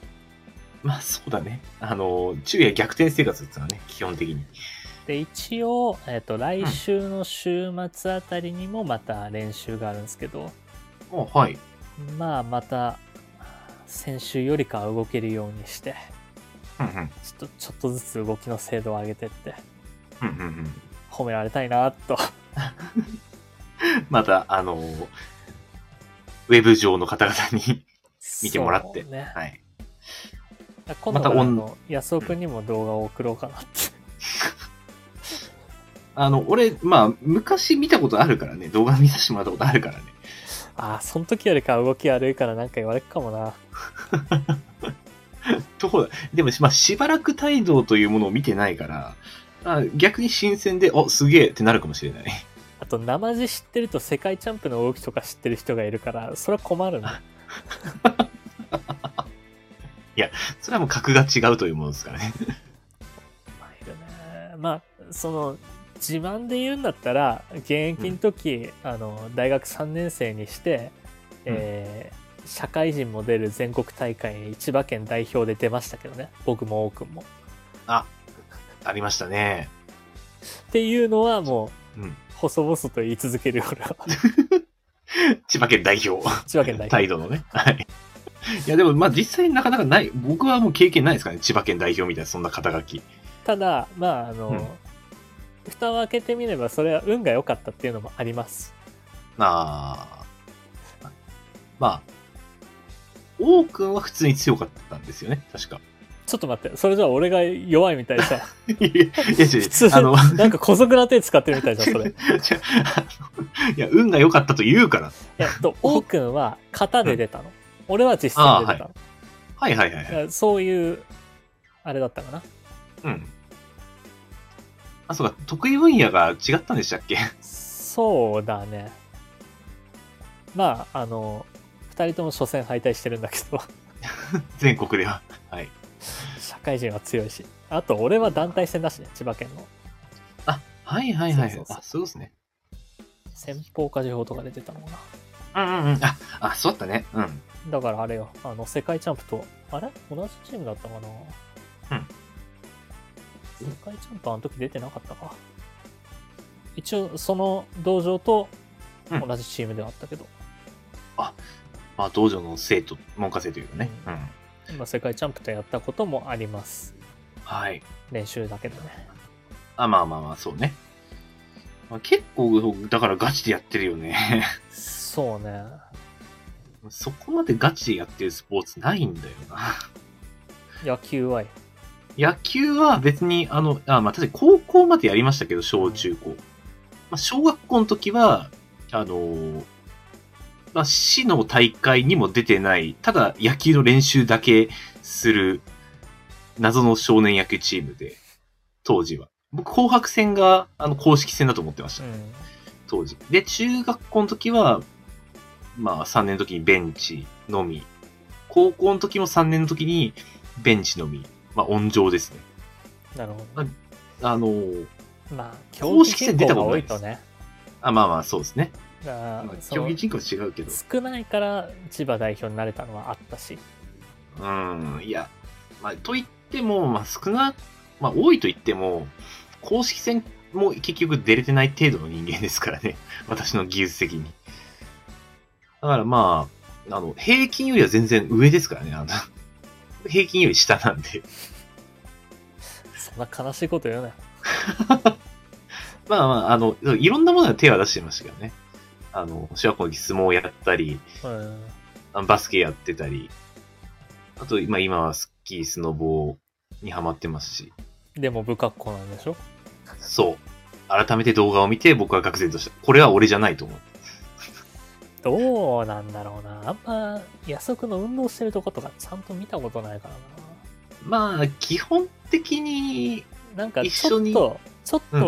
まあ、そうだね。あの、昼夜逆転生活っていうのはね、基本的に。
で、一応、えっ、と、来週の週末あたりにもまた練習があるんですけど、
もう、はい。
まあ、また、先週よりかは動けるようにして、
うんうん。
ちょっと、ちょっとずつ動きの精度を上げてって、
うんうんうん。
褒められたいな、と。
また、あの、ウェブ上の方々に、 見てもらって
そうね。
はい。
今度
また
は、
オ
あ
ン
の、安尾くんにも動画を送ろうかなって。
あの、俺、まあ、昔見たことあるからね、動画見させてもらったことあるからね。
ああ、その時よりかは動き悪いからなんか言われるかもな。
ところだ。でも、まあ、しばらく態度というものを見てないから、あ逆に新鮮で、お、すげえってなるかもしれない。
あと生地知ってると世界チャンプの動きとか知ってる人がいるからそれは困るな
それはもう格が違うというものですからね。
まあいるねまあその自慢で言うんだったら現役の時、あの大学3年生にして、えー社会人も出る全国大会に千葉県代表で出ましたけどね僕も王くんも
ありましたね。
っていうのはも
うん。
う細々と言い続けるよ 俺は
千葉県代表。
千葉県代表
態度のね。 はい。いや、でも、まあ、実際なかなかない。僕はもう経験ないですからね。千葉県代表みたいな、そんな肩書き。
ただまああの、
うん
蓋を開けてみればそれは運が良かったっていうのもあります
あーまあ、王くんは普通に強かったんですよね。確か。
ちょっと待ってそれじゃあ俺が弱いみたいじゃん
いや、いや、違う違
普通
う。あの、
なんか古速な手使ってるみたいじゃん、それ。い
じゃああ のいや、運が良かったと言うから。
や、と、王くんは型で出たの。俺は実践で出たの。
はいはいはいはい。
いやそういう、あれだったかな。
うん。あ、そうか、得意分野が違ったんでしたっけ
そうだね。まあ、あの、二人とも初戦敗退してるんだけど、
全国では。はい。
社会人は強いし。あと、俺は団体戦だしね、千葉県の。
あ、はいはいはい。
そうそうそう
あ、そうですね。
先方か情報とかで出たのかな。
うんうんうん。あ、あ、そうだったね。うん。
だからあれよ、あの、世界チャンプと、あれ同じチームだったかな
うん。
世界チャンプあの時出てなかったか。一応、その道場と
うん
同じチームではあったけど、
まあ、道場の生徒、文科生というかね。
う
うん。
今世界チャンプとやったこともあります。
はい。
練習だけどね。
あ、まあまあまあ、そうね。まあ、結構、だからガチでやってるよね。
そうね。
そこまでガチでやってるスポーツないんだよな。
野球はよ
野球は別に、あの、あ、まあ、確かに高校までやりましたけど、小中高。まあ、小学校の時は、あのーまあ、市の大会にも出てない、ただ野球の練習だけする謎の少年野球チームで、当時は。僕、紅白戦が、あの、公式戦だと思ってまし
う
た、
ん。
当時。で、中学校の時は、まあ3年の時にベンチのみ。高校の時も3年の時にベンチのみ。まあ温情ですね。
なるほど。
あのー、
まあ、競
公
技
式戦
人
出
口
た
が
こと
多
ないいです
とね、
あまあまあそうですね。
だから
まあ
そ
競
の
技人口は違うけど。
少ないから千葉代表になれたのはあったし、
うん、いや、まあ、と言っても、まあ、少な、まあ、多いと言っても、公式戦も結局出れてない程度の人間ですからね。 私の技術的に。だからまあ、あの、平均よりは全然上ですからね、あの、平均より下なんで。
そんな悲しいこと言うなよ。
まあまあ、あの、いろんなものに手は出してましたけどね。あの、小学校の時相撲やったり、
うん。
あバスケやってたり、あと、まあ今はスキー、スノボーにハマってますし。
でも不格好なんでしょ
そう。改めて動画を見て僕は愕然とした。これは俺じゃないと思う。
どうなんだろうな。あんま、野足の運動してるとことかちゃんと見たことないから
まあ、基本的に、
な。なんか、ち
一
ょ
緒
っ
に
と、ちょっと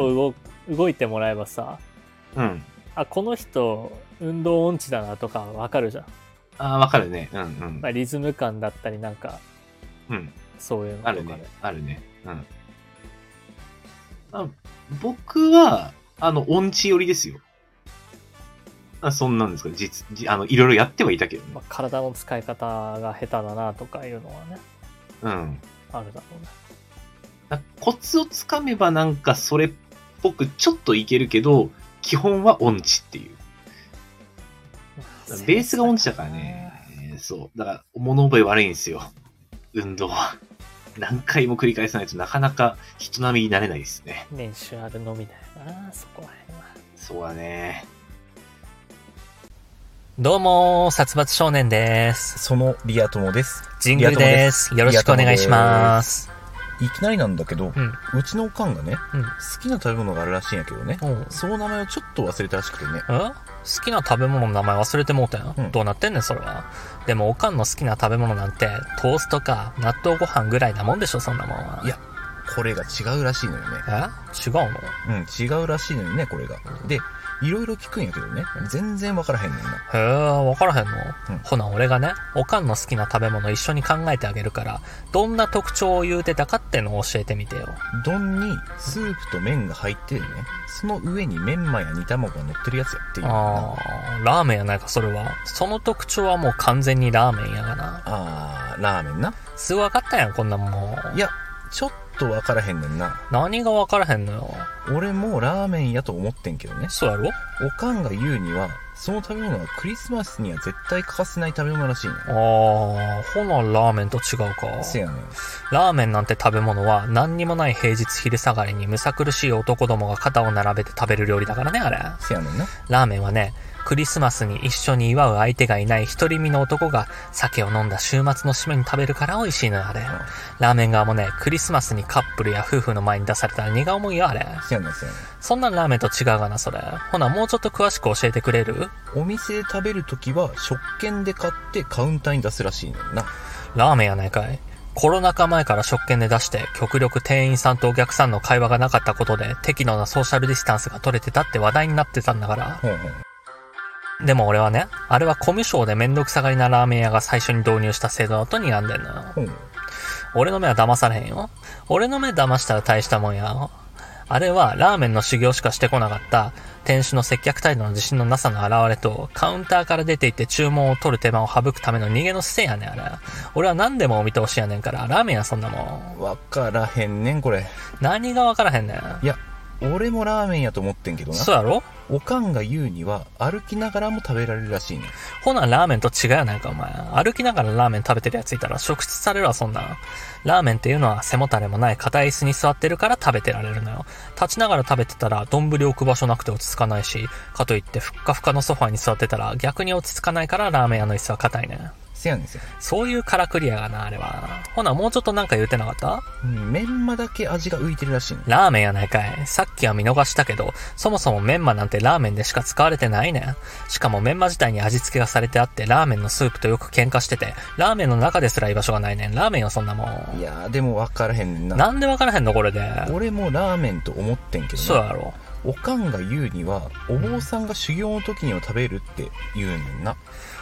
動,、動いてもらえばさ、
うん。
あ、この人、運動音痴だなとかわかるじゃん。
ああ、わかるね。うんうん
ま。あ、リズム感だったり、なんか、
うん。
そういうのとか
あ
で
るね。あるね。うん。あ僕は、あの、音痴寄りですよ。あそんなんですか実、じあの、いろいろやってはいたけどね
ま。あ、体の使い方が下手だなとかいうのはね、
うん。
あるだろうね。
なんかコツをつかめばなんかそれっぽくちょっといけるけど、基本は音痴っていう。ベースが音痴だからね。えーそう。だから、物覚え悪いんですよ。運動は。何回も繰り返さないとなかなか人並みになれないですね。
練習あるのみだよなそこら辺は
そうだね。
どうも殺伐少年です
そのリア友です。
神
宮です
よ
ろしくお願いしますいきなりなんだけど、
うん
うちのおかんがね、
うん
好きな食べ物があるらしいんやけどね、
うん
その名前をちょっと忘れたらしくてね。
え好きな食べ物の名前忘れてもうたよ、
うん
どうなってんねんそれはでもおかんの好きな食べ物なんてトーストか納豆ご飯ぐらいなもんでしょそんなもんはい
やこれが違うらしいのよね。
え違うの
うん、違うらしいのよね、これが。で、いろいろ聞くんやけどね、全然わからへんねんな。
へえ分からへんの、
うん
ほな俺がねおかんの好きな食べ物一緒に考えてあげるからどんな特徴を言うてたかってのを教えてみてよ
丼にスープと麺が入ってるね、その上にメンマや煮卵が乗ってるやつやっていう
あ
な。
あラーメンやないかそれはその特徴はもう完全にラーメンやがな
あー、ラーメンな。
すぐ分かったやんこんなんもう
いや、ちょっとわからへんねんな。
何が分からへんのよ
俺もラーメンやと思ってんけどね。
そうやろ
おかんが言うには、その食べ物はクリスマスには絶対欠かせない食べ物らしいね。
ああほなラーメンと違うか
せやねん。
ラーメンなんて食べ物は何にもない平日昼下がりにむさ苦しい男どもが肩を並べて食べる料理だからねあれ
せやねんな。
ラーメンはねクリスマスに一緒に祝う相手がいない独り身の男が酒を飲んだ週末の締めに食べるから美味しいのよあれラーメン側もねクリスマスにカップルや夫婦の前に出されたら苦思いよあれ
せやねん、せやね
そんなんラーメンと違うがな、それ。ほな、もうちょっと詳しく教えてくれる
ん。お店で食べるときは、食券で買ってカウンターに出すらしいねんな。
ラーメンやないかい。コロナ禍前から食券で出して、極力店員さんとお客さんの会話がなかったことで、適度なソーシャルディスタンスが取れてたって話題になってたんだから。
ほんほん。
でも俺はね、あれはコミュ障でめんどくさがりなラーメン屋が最初に導入した制度だと睨んでんのよ。
ほん。
俺の目は騙されへんよ。俺の目騙したら大したもんや。あれはラーメンの修行しかしてこなかった店主の接客態度の自信のなさの表れとカウンターから出て行って注文を取る手間を省くための逃げの姿勢やねんあれ。俺は何でもお見通しやねんからラーメンやそんなもん。
わからへんねん、これ。
何がわからへんねん。
いや、俺もラーメンやと思ってんけどな。
そうやろ
おかんが言うには、歩きながらも食べられるらしいねん。
ほなラーメンと違うやないかお前。歩きながらラーメン食べてるやついたら食質されるわそんなん。ラーメンっていうのは背もたれもない硬い椅子に座ってるから食べてられるのよ。立ちながら食べてたら丼置く場所なくて落ち着かないし、かといってふっかふかのソファーに座ってたら逆に落ち着かないからラーメン屋の椅子は硬いね。
せやねん、せや
そういうからくりやがなあれは。ほなもうちょっとなんか言うてなかった
ねんうん。メンマだけ味が浮いてるらしいねん。
ラーメンやないかい。さっきは見逃したけど、そもそもメンマなんてラーメンでしか使われてないねん。しかもメンマ自体に味付けがされてあって、ラーメンのスープとよく喧嘩してて、ラーメンの中ですら居場所がないねん。ラーメンよ、そんなも
い
ん。
やー、でもわからへんねんな。
なんでわからへんの、これで。
俺もラーメンと思ってんけどな。
そうやろ。
おかんが言うには、お坊さんが修行の時には食べるって言うねんな。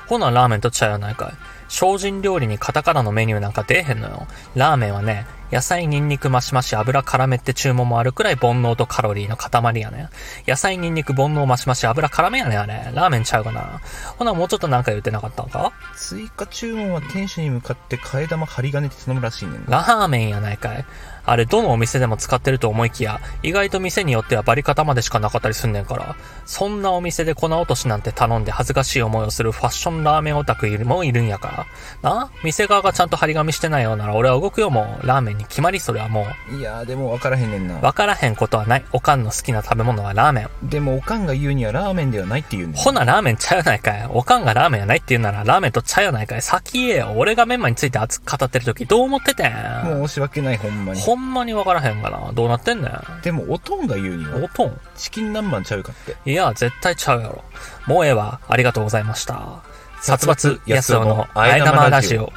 ほなラーメンとちゃうやないかい。精進料理にカタカナのメニューなんか出えへんのよ。ラーメンはね、野菜、ニンニク、マシマシ、油絡めって注文もあるくらい煩悩とカロリーの塊やね。野菜、ニンニク、煩悩、マシマシ、油絡めやねあれ。ラーメンちゃうかな。ほなもうちょっとなんか言ってなかったんか
追加注文は店主に向かって替え玉針金って頼むらしいねんな。
ラーメンやないかい。あれ、どのお店でも使ってると思いきや、意外と店によってはバリカタまでしかなかったりすんねんから、そんなお店で粉落としなんて頼んで恥ずかしい思いをするファッションラーメンオタクもいるんやから。な店側がちゃんと張り紙してないようなら俺は動くよもう。ラーメンに決まりそれはも
いやーでも分からへんねんな
う。。わからへんことはない。おかんの好きな食べ物はラーメン。
でもおかんが言うにはラーメンではないって言うねん
ほなラーメンちゃうやないかい。おかんがラーメンやないって言うならラーメンとちゃうやないかい。先言えよ。俺がメンマについて熱く語ってる時どう思っててん
もう申し訳ないほんまに。
ほんまにわからへんがな。どうなってんねん。
でもおとんが言うに
お
は、
とん。
チキン南蛮ちゃうかって。
いや、絶対ちゃうやろ。もうええわ。ありがとうございました。殺伐安男のあえ玉ラジオ。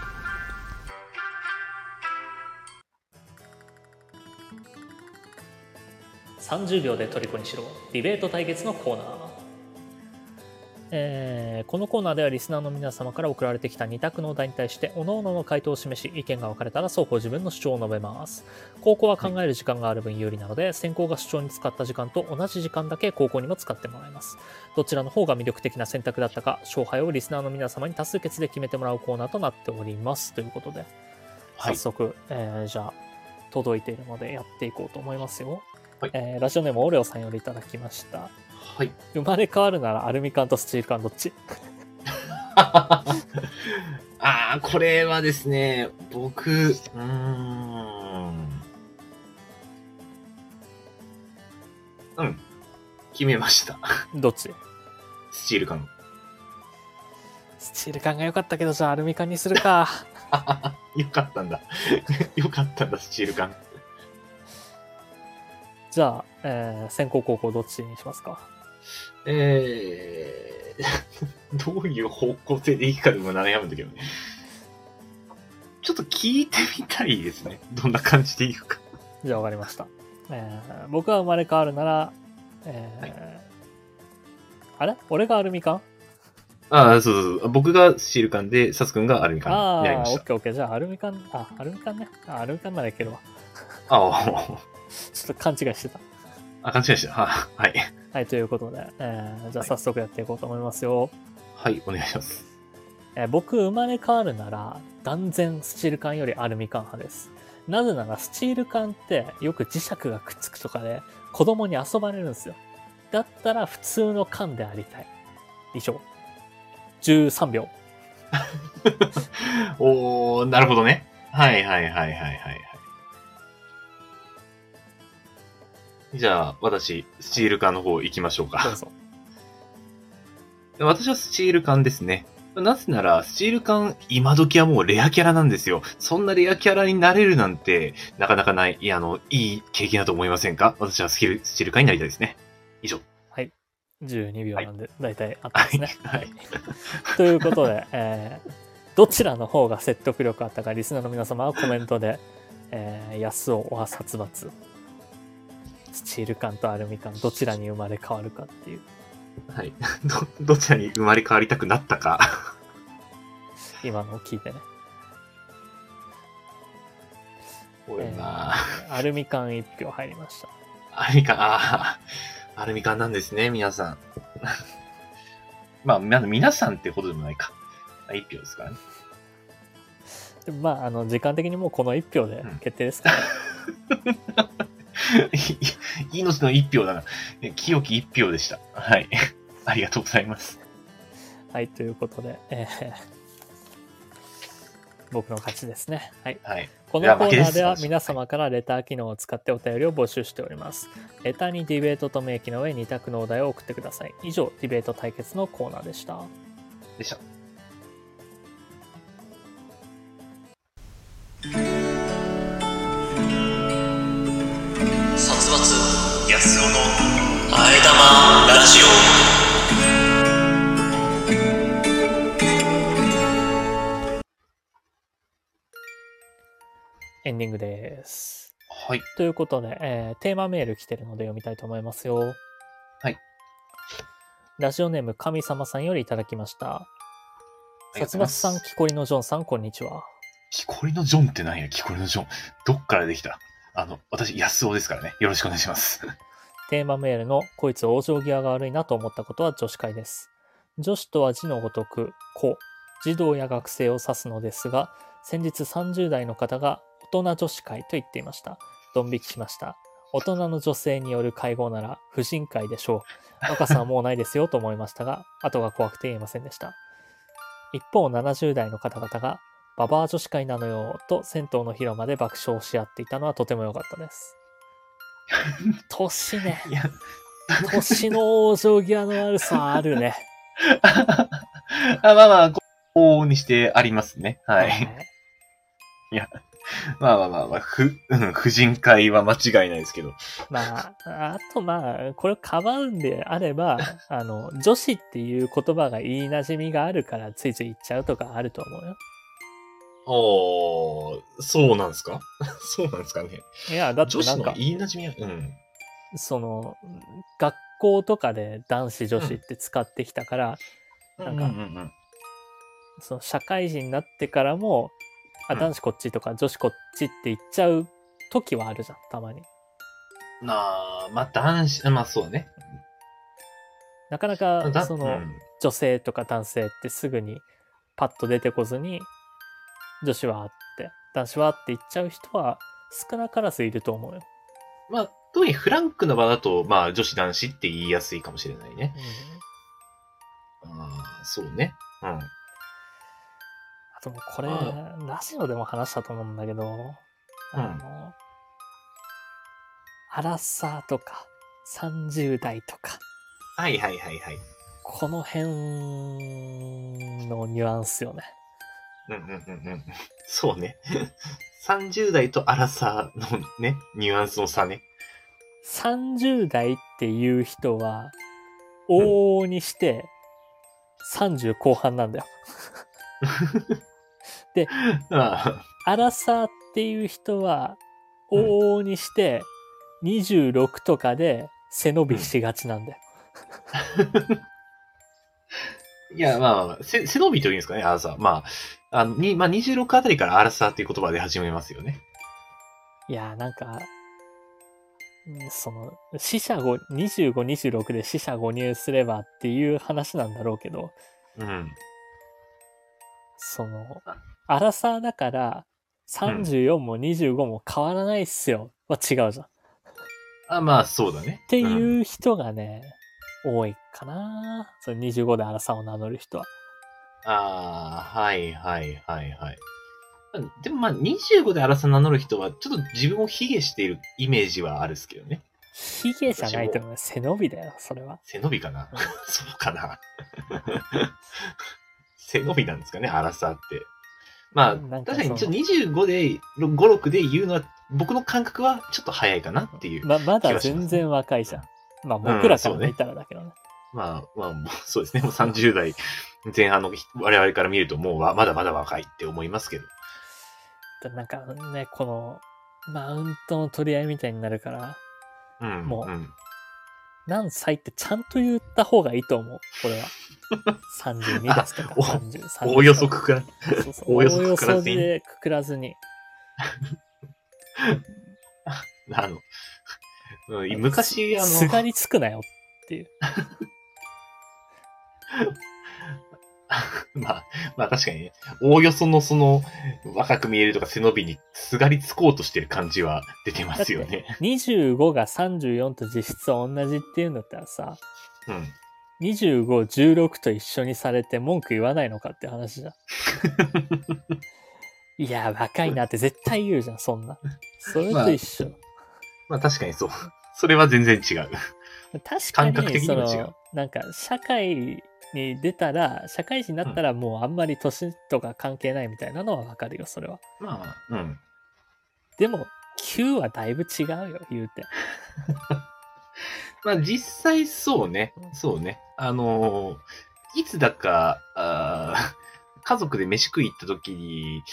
30秒で虜にしろディベート対決のコーナー、えーこのコーナーではリスナーの皆様から送られてきた2択のお題に対して各々の回答を示し意見が分かれたら双方自分の主張を述べます高校は考える時間がある分有利なので先行が主張に使った時間と同じ時間だけ高校にも使ってもらいますどちらの方が魅力的な選択だったか勝敗をリスナーの皆様に多数決で決めてもらうコーナーとなっておりますということで
は
早
い。
速、えーじゃあ届いているのでやっていこうと思いますよ、
はい
えーラジオネームオレオさんよりいただきました
はい。
生まれ変わるならアルミ缶とスチール缶どっち
あ
ああ、これはですね、僕、うーん。うん。決めました。
どっち
スチール缶。
スチール缶が良かったけどじゃあアルミ缶にするか
よかったんだ。 よかったんだ、スチール缶。
じゃあ、えー先攻後攻どっちにしますか
えー、 どういう方向性でいいかでも悩むんだけどね。ちょっと聞いてみたいですね。どんな感じでいくか。
じゃあ分かりました、えー僕は生まれ変わるなら、えー
はい
あれ俺がアルミ缶
ああ、そうそうそう。僕がスチール缶で、サス君がアルミ缶
ああ
になり
ー、
まし
オッ
た。
ケーオッケー。じゃあ、アルミ缶、あ、アルミ缶ね。あアルミ缶ならいけるわ。
あー
ちょっと勘違いしてた。
あ、勘違いした。ははい。
はい、ということで、えーじゃあ
はい
早速やっていこうと思いますよ。
はい、お願いします。
えー僕、生まれ変わるなら、断然スチール缶よりアルミ缶派です。なぜなら、スチール缶ってよく磁石がくっつくとかで、子供に遊ばれるんですよ。だったら、普通の缶でありたい。以上。13秒。
おー、なるほどね。はいはいはいはいはいはい。じゃあ、私、スチール缶の方行きましょう
どう
か。
ぞ。
私はスチール缶ですね。なぜなら、スチール缶、今時はもうレアキャラなんですよ。そんなレアキャラになれるなんて、なかなかない、いや、あの、いい経験だと思いませんか私はスキル、スチール缶になりたいですね。以上。
はい。12秒なんで、だいたい合ってま
は
す
い。
ね。
はい。
ということで、えーどちらの方が説得力あったか、リスナーの皆様はコメントで、 えー、安尾、おは殺伐、スチール缶とアルミ缶、どちらに生まれ変わるかっていう、
はい。 ど、どちらに生まれ変わりたくなったか。
今のを聞いてね。
おいな
アルミ缶1票入りました。
アルミ缶、ああ、アルミ缶なんですね、皆さん。 まあ、みな皆さんってほどでもないか。まあ一票ですからね。
でもまあ、あの、時間的にもうこの1票で決定ですから、
い命の一票だな。え清き一票でした。はい。 ありがとうございます。
はい、ということで、えー僕の勝ちですね。はい。
はい。
このコーナーでは皆様からレター機能を使ってお便りを募集しております。レターにディベートと明記の上2択のお題を送ってください。以上、ディベート対決のコーナーでした。
でした。
殺伐安男のあえ玉ラジオ
エンディングです。
はい。
ということで、えーテーマメール来てるので読みたいと思いますよ。ラジオネーム神様さんよりいただきました。
あり
さつ
がとうござい
ま
ま
つ
す
さん、木こりのジョンさん、こんにちは。
木こりのジョンってなんや、木こりのジョン。どっからできたあの、私、安尾ですからね。よろしくお願いします。
テーマメールの「こいつ往生際が悪いな」と思ったことは女子会です。女子とは字のごとく子、児童や学生を指すのですが、先日30代の方が大人女子会と言っていました。ドン引きしました。大人の女性による会合なら婦人会でしょう。若さはもうないですよと思いましたが、 後が怖くて言えませんでした。一方、70代の方々が、ババア女子会なのよと銭湯の広間で爆笑し合っていたのはとても良かった です。年ね。
いや、
年の往生際の悪さあるね。
あまあまあ、こ往々にしてありますね。はい。まあまあまあまあ、ふ、うん、婦人会は間違いないですけど。
まあ、あとまあ、これをかばうんであれば、あの、女子っていう言葉が言い馴染みがあるから、ついつい言っちゃうとかあると思うよ。
おー、そうなんですか そうなんですかね。
いや、だって
女子
なん
の
か、
言い馴染みは、うん。
その、学校とかで男子女子って使ってきたから、なんか
うんうんうん、
その社会人になってからも、あ、
うん
男子こっちとか女子こっちって言っちゃう時はあるじゃん、たまに。
なあ、まあ男子、まあそうだね。
なかな
だ
か、その、
うん
女性とか男性ってすぐにパッと出てこずに女子はって男子はって言っちゃう人は少なからずいると思うよ。
まあ、特にフランクの場だと、まあ女子男子って言いやすいかもしれないね。ああ、そうね。うん。
あともうこれ
あ
ラジオでも話したと思うんだけど、あの、アラサーとか30代とか
はいはいはいはい。
この辺のニュアンスよね。
うんうんうんうん。そうね。30代とアラサーのね、ニュアンスの差ね。
30代っていう人は往々にして30後半なんだよ。
まあ、
アラサーっていう人は
うん
往々にして26とかで背伸びしがちなんだよ。
いや、まあまあ、せ背伸びというんですかね、アラサー。まあ、あのにまあ、26あたりからアラサーっていう言葉で始めますよね。
いやーなんかうんその死者5 2526で死者誤入すればっていう話なんだろうけど
うん。
そのアラサーだから34も25も変わらないっすよは違うじゃん。っ
あまあ、そうだね。
て
うん。
いう人がね、多いかなその25でアラサーを名乗る人は。
ああ、はいはいはいはい。でもまあ、25でアラサー名乗る人は、ちょっと自分を卑下しているイメージはあるっすけどね。
ヒゲじゃないと思うよ背伸びだよそれは。
背伸びかな そうかな背伸びなんですかね、アラサーって。まあ、
なん
確
か
か
そ
に
の
ちょっと25で、5、6で言うのは、僕の感覚はちょっと早いかなっていう。
ままだ全然若いじゃん。まあ
ん
僕らか
そ
ら
うね
見たらだけどね。
まあ、まあ、もうそうですね。もう30代前半の人我々から見ると、もうわまだまだ若いって思いますけど。
だなんかね、このマウントの取り合いみたいになるから、
うん。
もうん何歳ってちゃんと言った方がいいと思う、こ れは。32ですとか
お
33
おおよそくくら
そうそう
お
お
お
お
よそ
よ
くくら
そ
ずに
でくくらずに。
あの、うん昔、あの、
すがりつくなよ。
まあ、まあ確かにね、おおよそのその、若く見えるとか背伸びにすがりつこうとしてる感じは出てま
だっ
す
て
よね。
25が34と実質同じっていうんだったらさ、
うん。
25、16と一緒にされて文句言わないのかって話 じゃん。いや、若いなって絶対言うじゃん、そんな。それと一緒。
まあ確かにそう。 それは全然違う。
確か
感覚
に、
的
そ
にも違う
の、なんか、社会に出たら、社会人になったらもうあんまり年とか関係ないみたいなのはわかるよ、それは。
まあ、 うん。
でも、9はだいぶ違うよ、言うて。
まあ実際そうね。そうね。あのーいつだか、あー 家族で飯食い行った時に、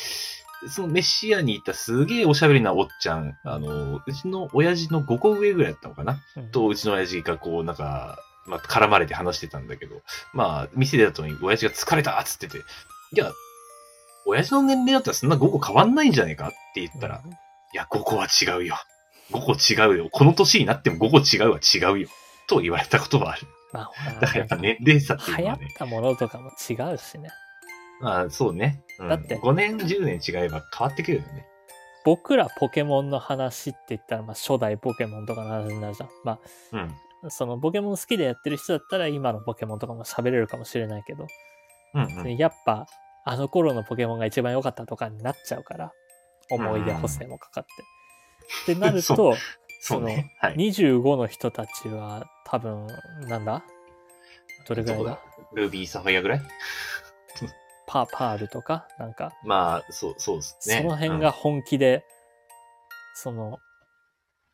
その飯屋に行ったすげえおしゃべりなおっちゃん、あのーうちの親父の5個上ぐらいだったのかな
うん
と、うちの親父がこう、なんか、まあ、絡まれて話してたんだけど、まあ、店でだと親父が疲れたっつってて、いや、親父の年齢だったらそんな5個変わんないんじゃねえかって言ったら、いや、5個は違うよ。5個違うよ。この年になっても5個違うは違うよ。と言われたことはある。
まあ、ほら
だからやっぱ年齢差っていう
流
の
行
は
っ
ね。
たものとかも違うしね。
まあ、そうね。うん、
だって
5年、10年違えば変わってくるよね。
僕らポケモンの話って言ったら、まあ、初代ポケモンとかの話になるじゃん。ま
うん。
あ、そのポケモン好きでやってる人だったら、今のポケモンとかも喋れるかもしれないけど、
うん、うん。
やっぱ、あの頃のポケモンが一番良かったとかになっちゃうから、思い出補正もかかって。ってなる
そ
と、
そうね。はい。
25の人たちは多分、なんだどれぐらい
ど
だ
こルビー、サファイアぐらい
パパールとか、なんか、
まあ、そう、そうですね。
その辺が本気で、その、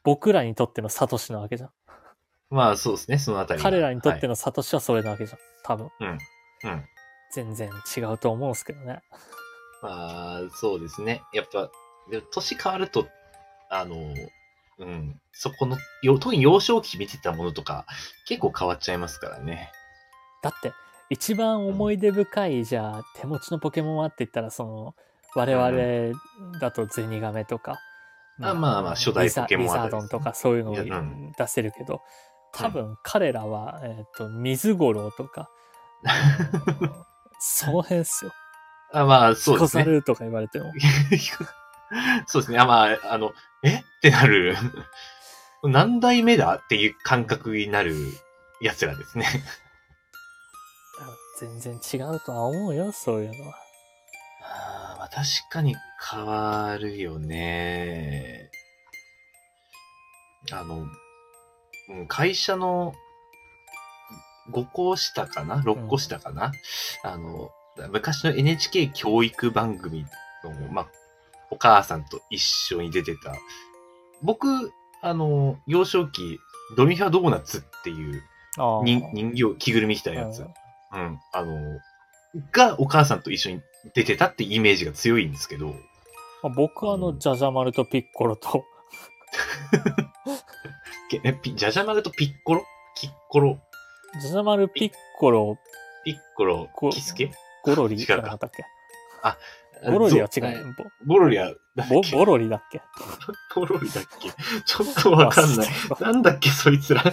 僕らにとってのサトシなわけじゃん。
うん、まあ、そうですね。そのあたりが。
彼らにとって
は
のサトシはそれなわけじゃん。多分。
いうん。
全然違うと思うんですけどね。
まあ、そうですね。やっぱ、でも年変わると、あの、うん、そこの、よ特に幼少期見てたものとか、結構変わっちゃいますからね。
だって、一番思い出深い、じゃあ、手持ちのポケモンはって言ったら、その、我々だとゼニガメとか、
あまあまあ初代ポケモン
リザリ
あ
ザ
た
ードン
りです
と
ね
かそういうのを
いやうん
出せるけど、多分彼らは、えっと、水五郎と か、その辺っすよ。
あまあ、そう
コ
です
サ
ね。
ルとか言われて も。
そうですね。あまあ、あの、えってなる。 何代目だっていう感覚になる奴らですね。
全然違うとは思うよ、そういうのは。
あーまあ、確かに変わるよね。あの、うん会社の5個下かな ?6 個下かな、あの、昔の NHK 教育番組の、まあ、お母さんと一緒に出てた。僕、あの、幼少期、ドミファドーナツっていう
ああ
人人形、着ぐるみ着たやつ
うん。
うん。あの、がお母さんと一緒に出てたってイメージが強いんですけど、
まあ僕はあの、ジャジャマルとピッコロと、
けえピじゃじゃ丸とピッコロキッコロ
ジャジャマル、ピッコロ、
ピッコロ
こ、
キスケ
ゴロリ
違う
じ
か
ゃなかったっけ
あ
ゴロリは違
ぞ
う。
ゴロリは、
ボボロリだっけ
ゴロリだっけちょっとわかんない。
忘れた
なんだっけ、そいつら。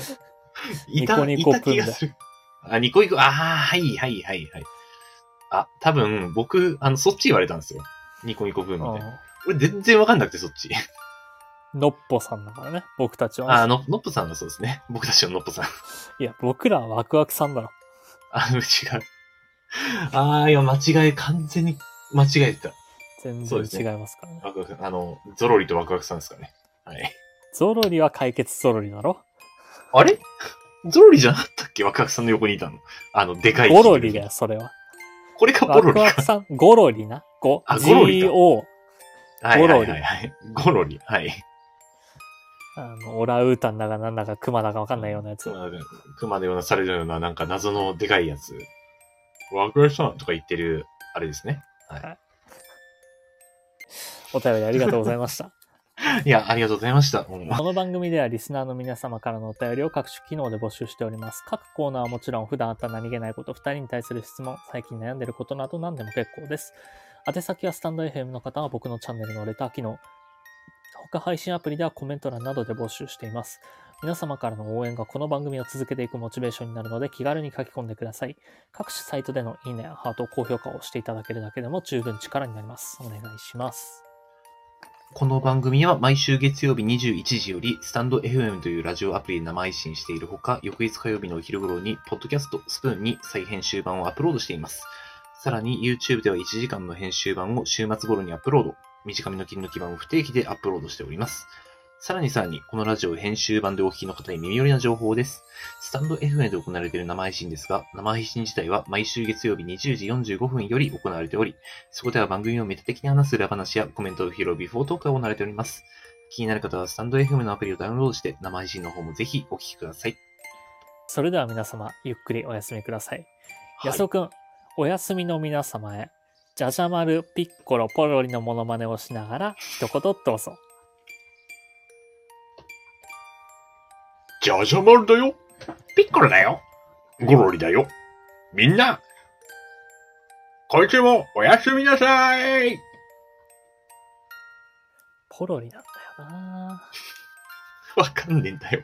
いた、
ニコニコ
いた気がする。あ、ニコニコ、ああ、はいはいはいはい。あ、多分、僕、あの、そっち言われたんですよ。ニコニコブー ムで。
う
俺全然わかんなくて、そっち。
んのっぽさんだからね、僕たちはね、
あ、あの、ノッポさんがそうですね。僕たちのノッポさん。
いや、僕らはワクワクさんだろ。
あ、違う。ああ、いや、間違え、完全に間違えてた。
全
そう
然
ですね
違いますからね。
ワクワク、あの、ゾロリとワクワクさんですかね。はい。
ゾロリは解決ゾロリだろ。
あれゾロリじゃなかったっけワクワクさんの横にいたの。あの、でかい。
ゴロリだよ、。それは。
これか、ゴ
ワ
ロ
ク
リ
ワ
か
ク。さん、ゴロリな。ゴ、
あゴロリか
GO。
はい
ゴ
は
ロ
い
リ
はいはい。ゴロリ。はい。
あの、オラウータンだかなんだかクマだかわかんないようなやつ。
熊のようなされるような、なんか謎のでかいやつ。ワクワクさんとか言ってる、あれですね。
お便りありがとうございました。
いや、ありがとうございました。もう
この番組ではリスナーの皆様からのお便りを各種機能で募集しております。各コーナーはもちろん普段あった何気ないこと、2人に対する質問、最近悩んでることなど何でも結構です。宛先はスタンド FM の方は僕のチャンネルのレター機能、他配信アプリではコメント欄などで募集しています。皆様からの応援がこの番組を続けていくモチベーションになるので気軽に書き込んでください。各種サイトでのいいね、ハート、高評価を押していただけるだけでも十分力になります。お願いします。
この番組は毎週月曜日21時より、スタンド FM というラジオアプリで生配信しているほか、翌日火曜日のお昼頃に、ポッドキャストスプーンに再編集版をアップロードしています。さらに YouTube では1時間の編集版を週末頃にアップロード、短めの切り抜き版を不定期でアップロードしております。さらにさらに、このラジオ編集版でお聞きの方に耳寄りな情報です。スタンド FM で行われている生配信ですが、生配信自体は毎週月曜日20時45分より行われており、そこでは番組をメタ的に話す裏話やコメントを披露ビフォートークが行われております。気になる方はスタンド FM のアプリをダウンロードして生配信の方もぜひお聞きください。
それでは皆様、ゆっくりお休みください。
はい
やそくん、お休みの皆様へ、じゃじゃ丸、ピッコロ、ポロリのモノマネをしながら、一言どうぞ。
じゃじゃ丸だよ
ピッコロだよ。ゴロリだよ。みんな、今週もおやすみなさい。
ポロリなんだよな
わかんねえんだよ。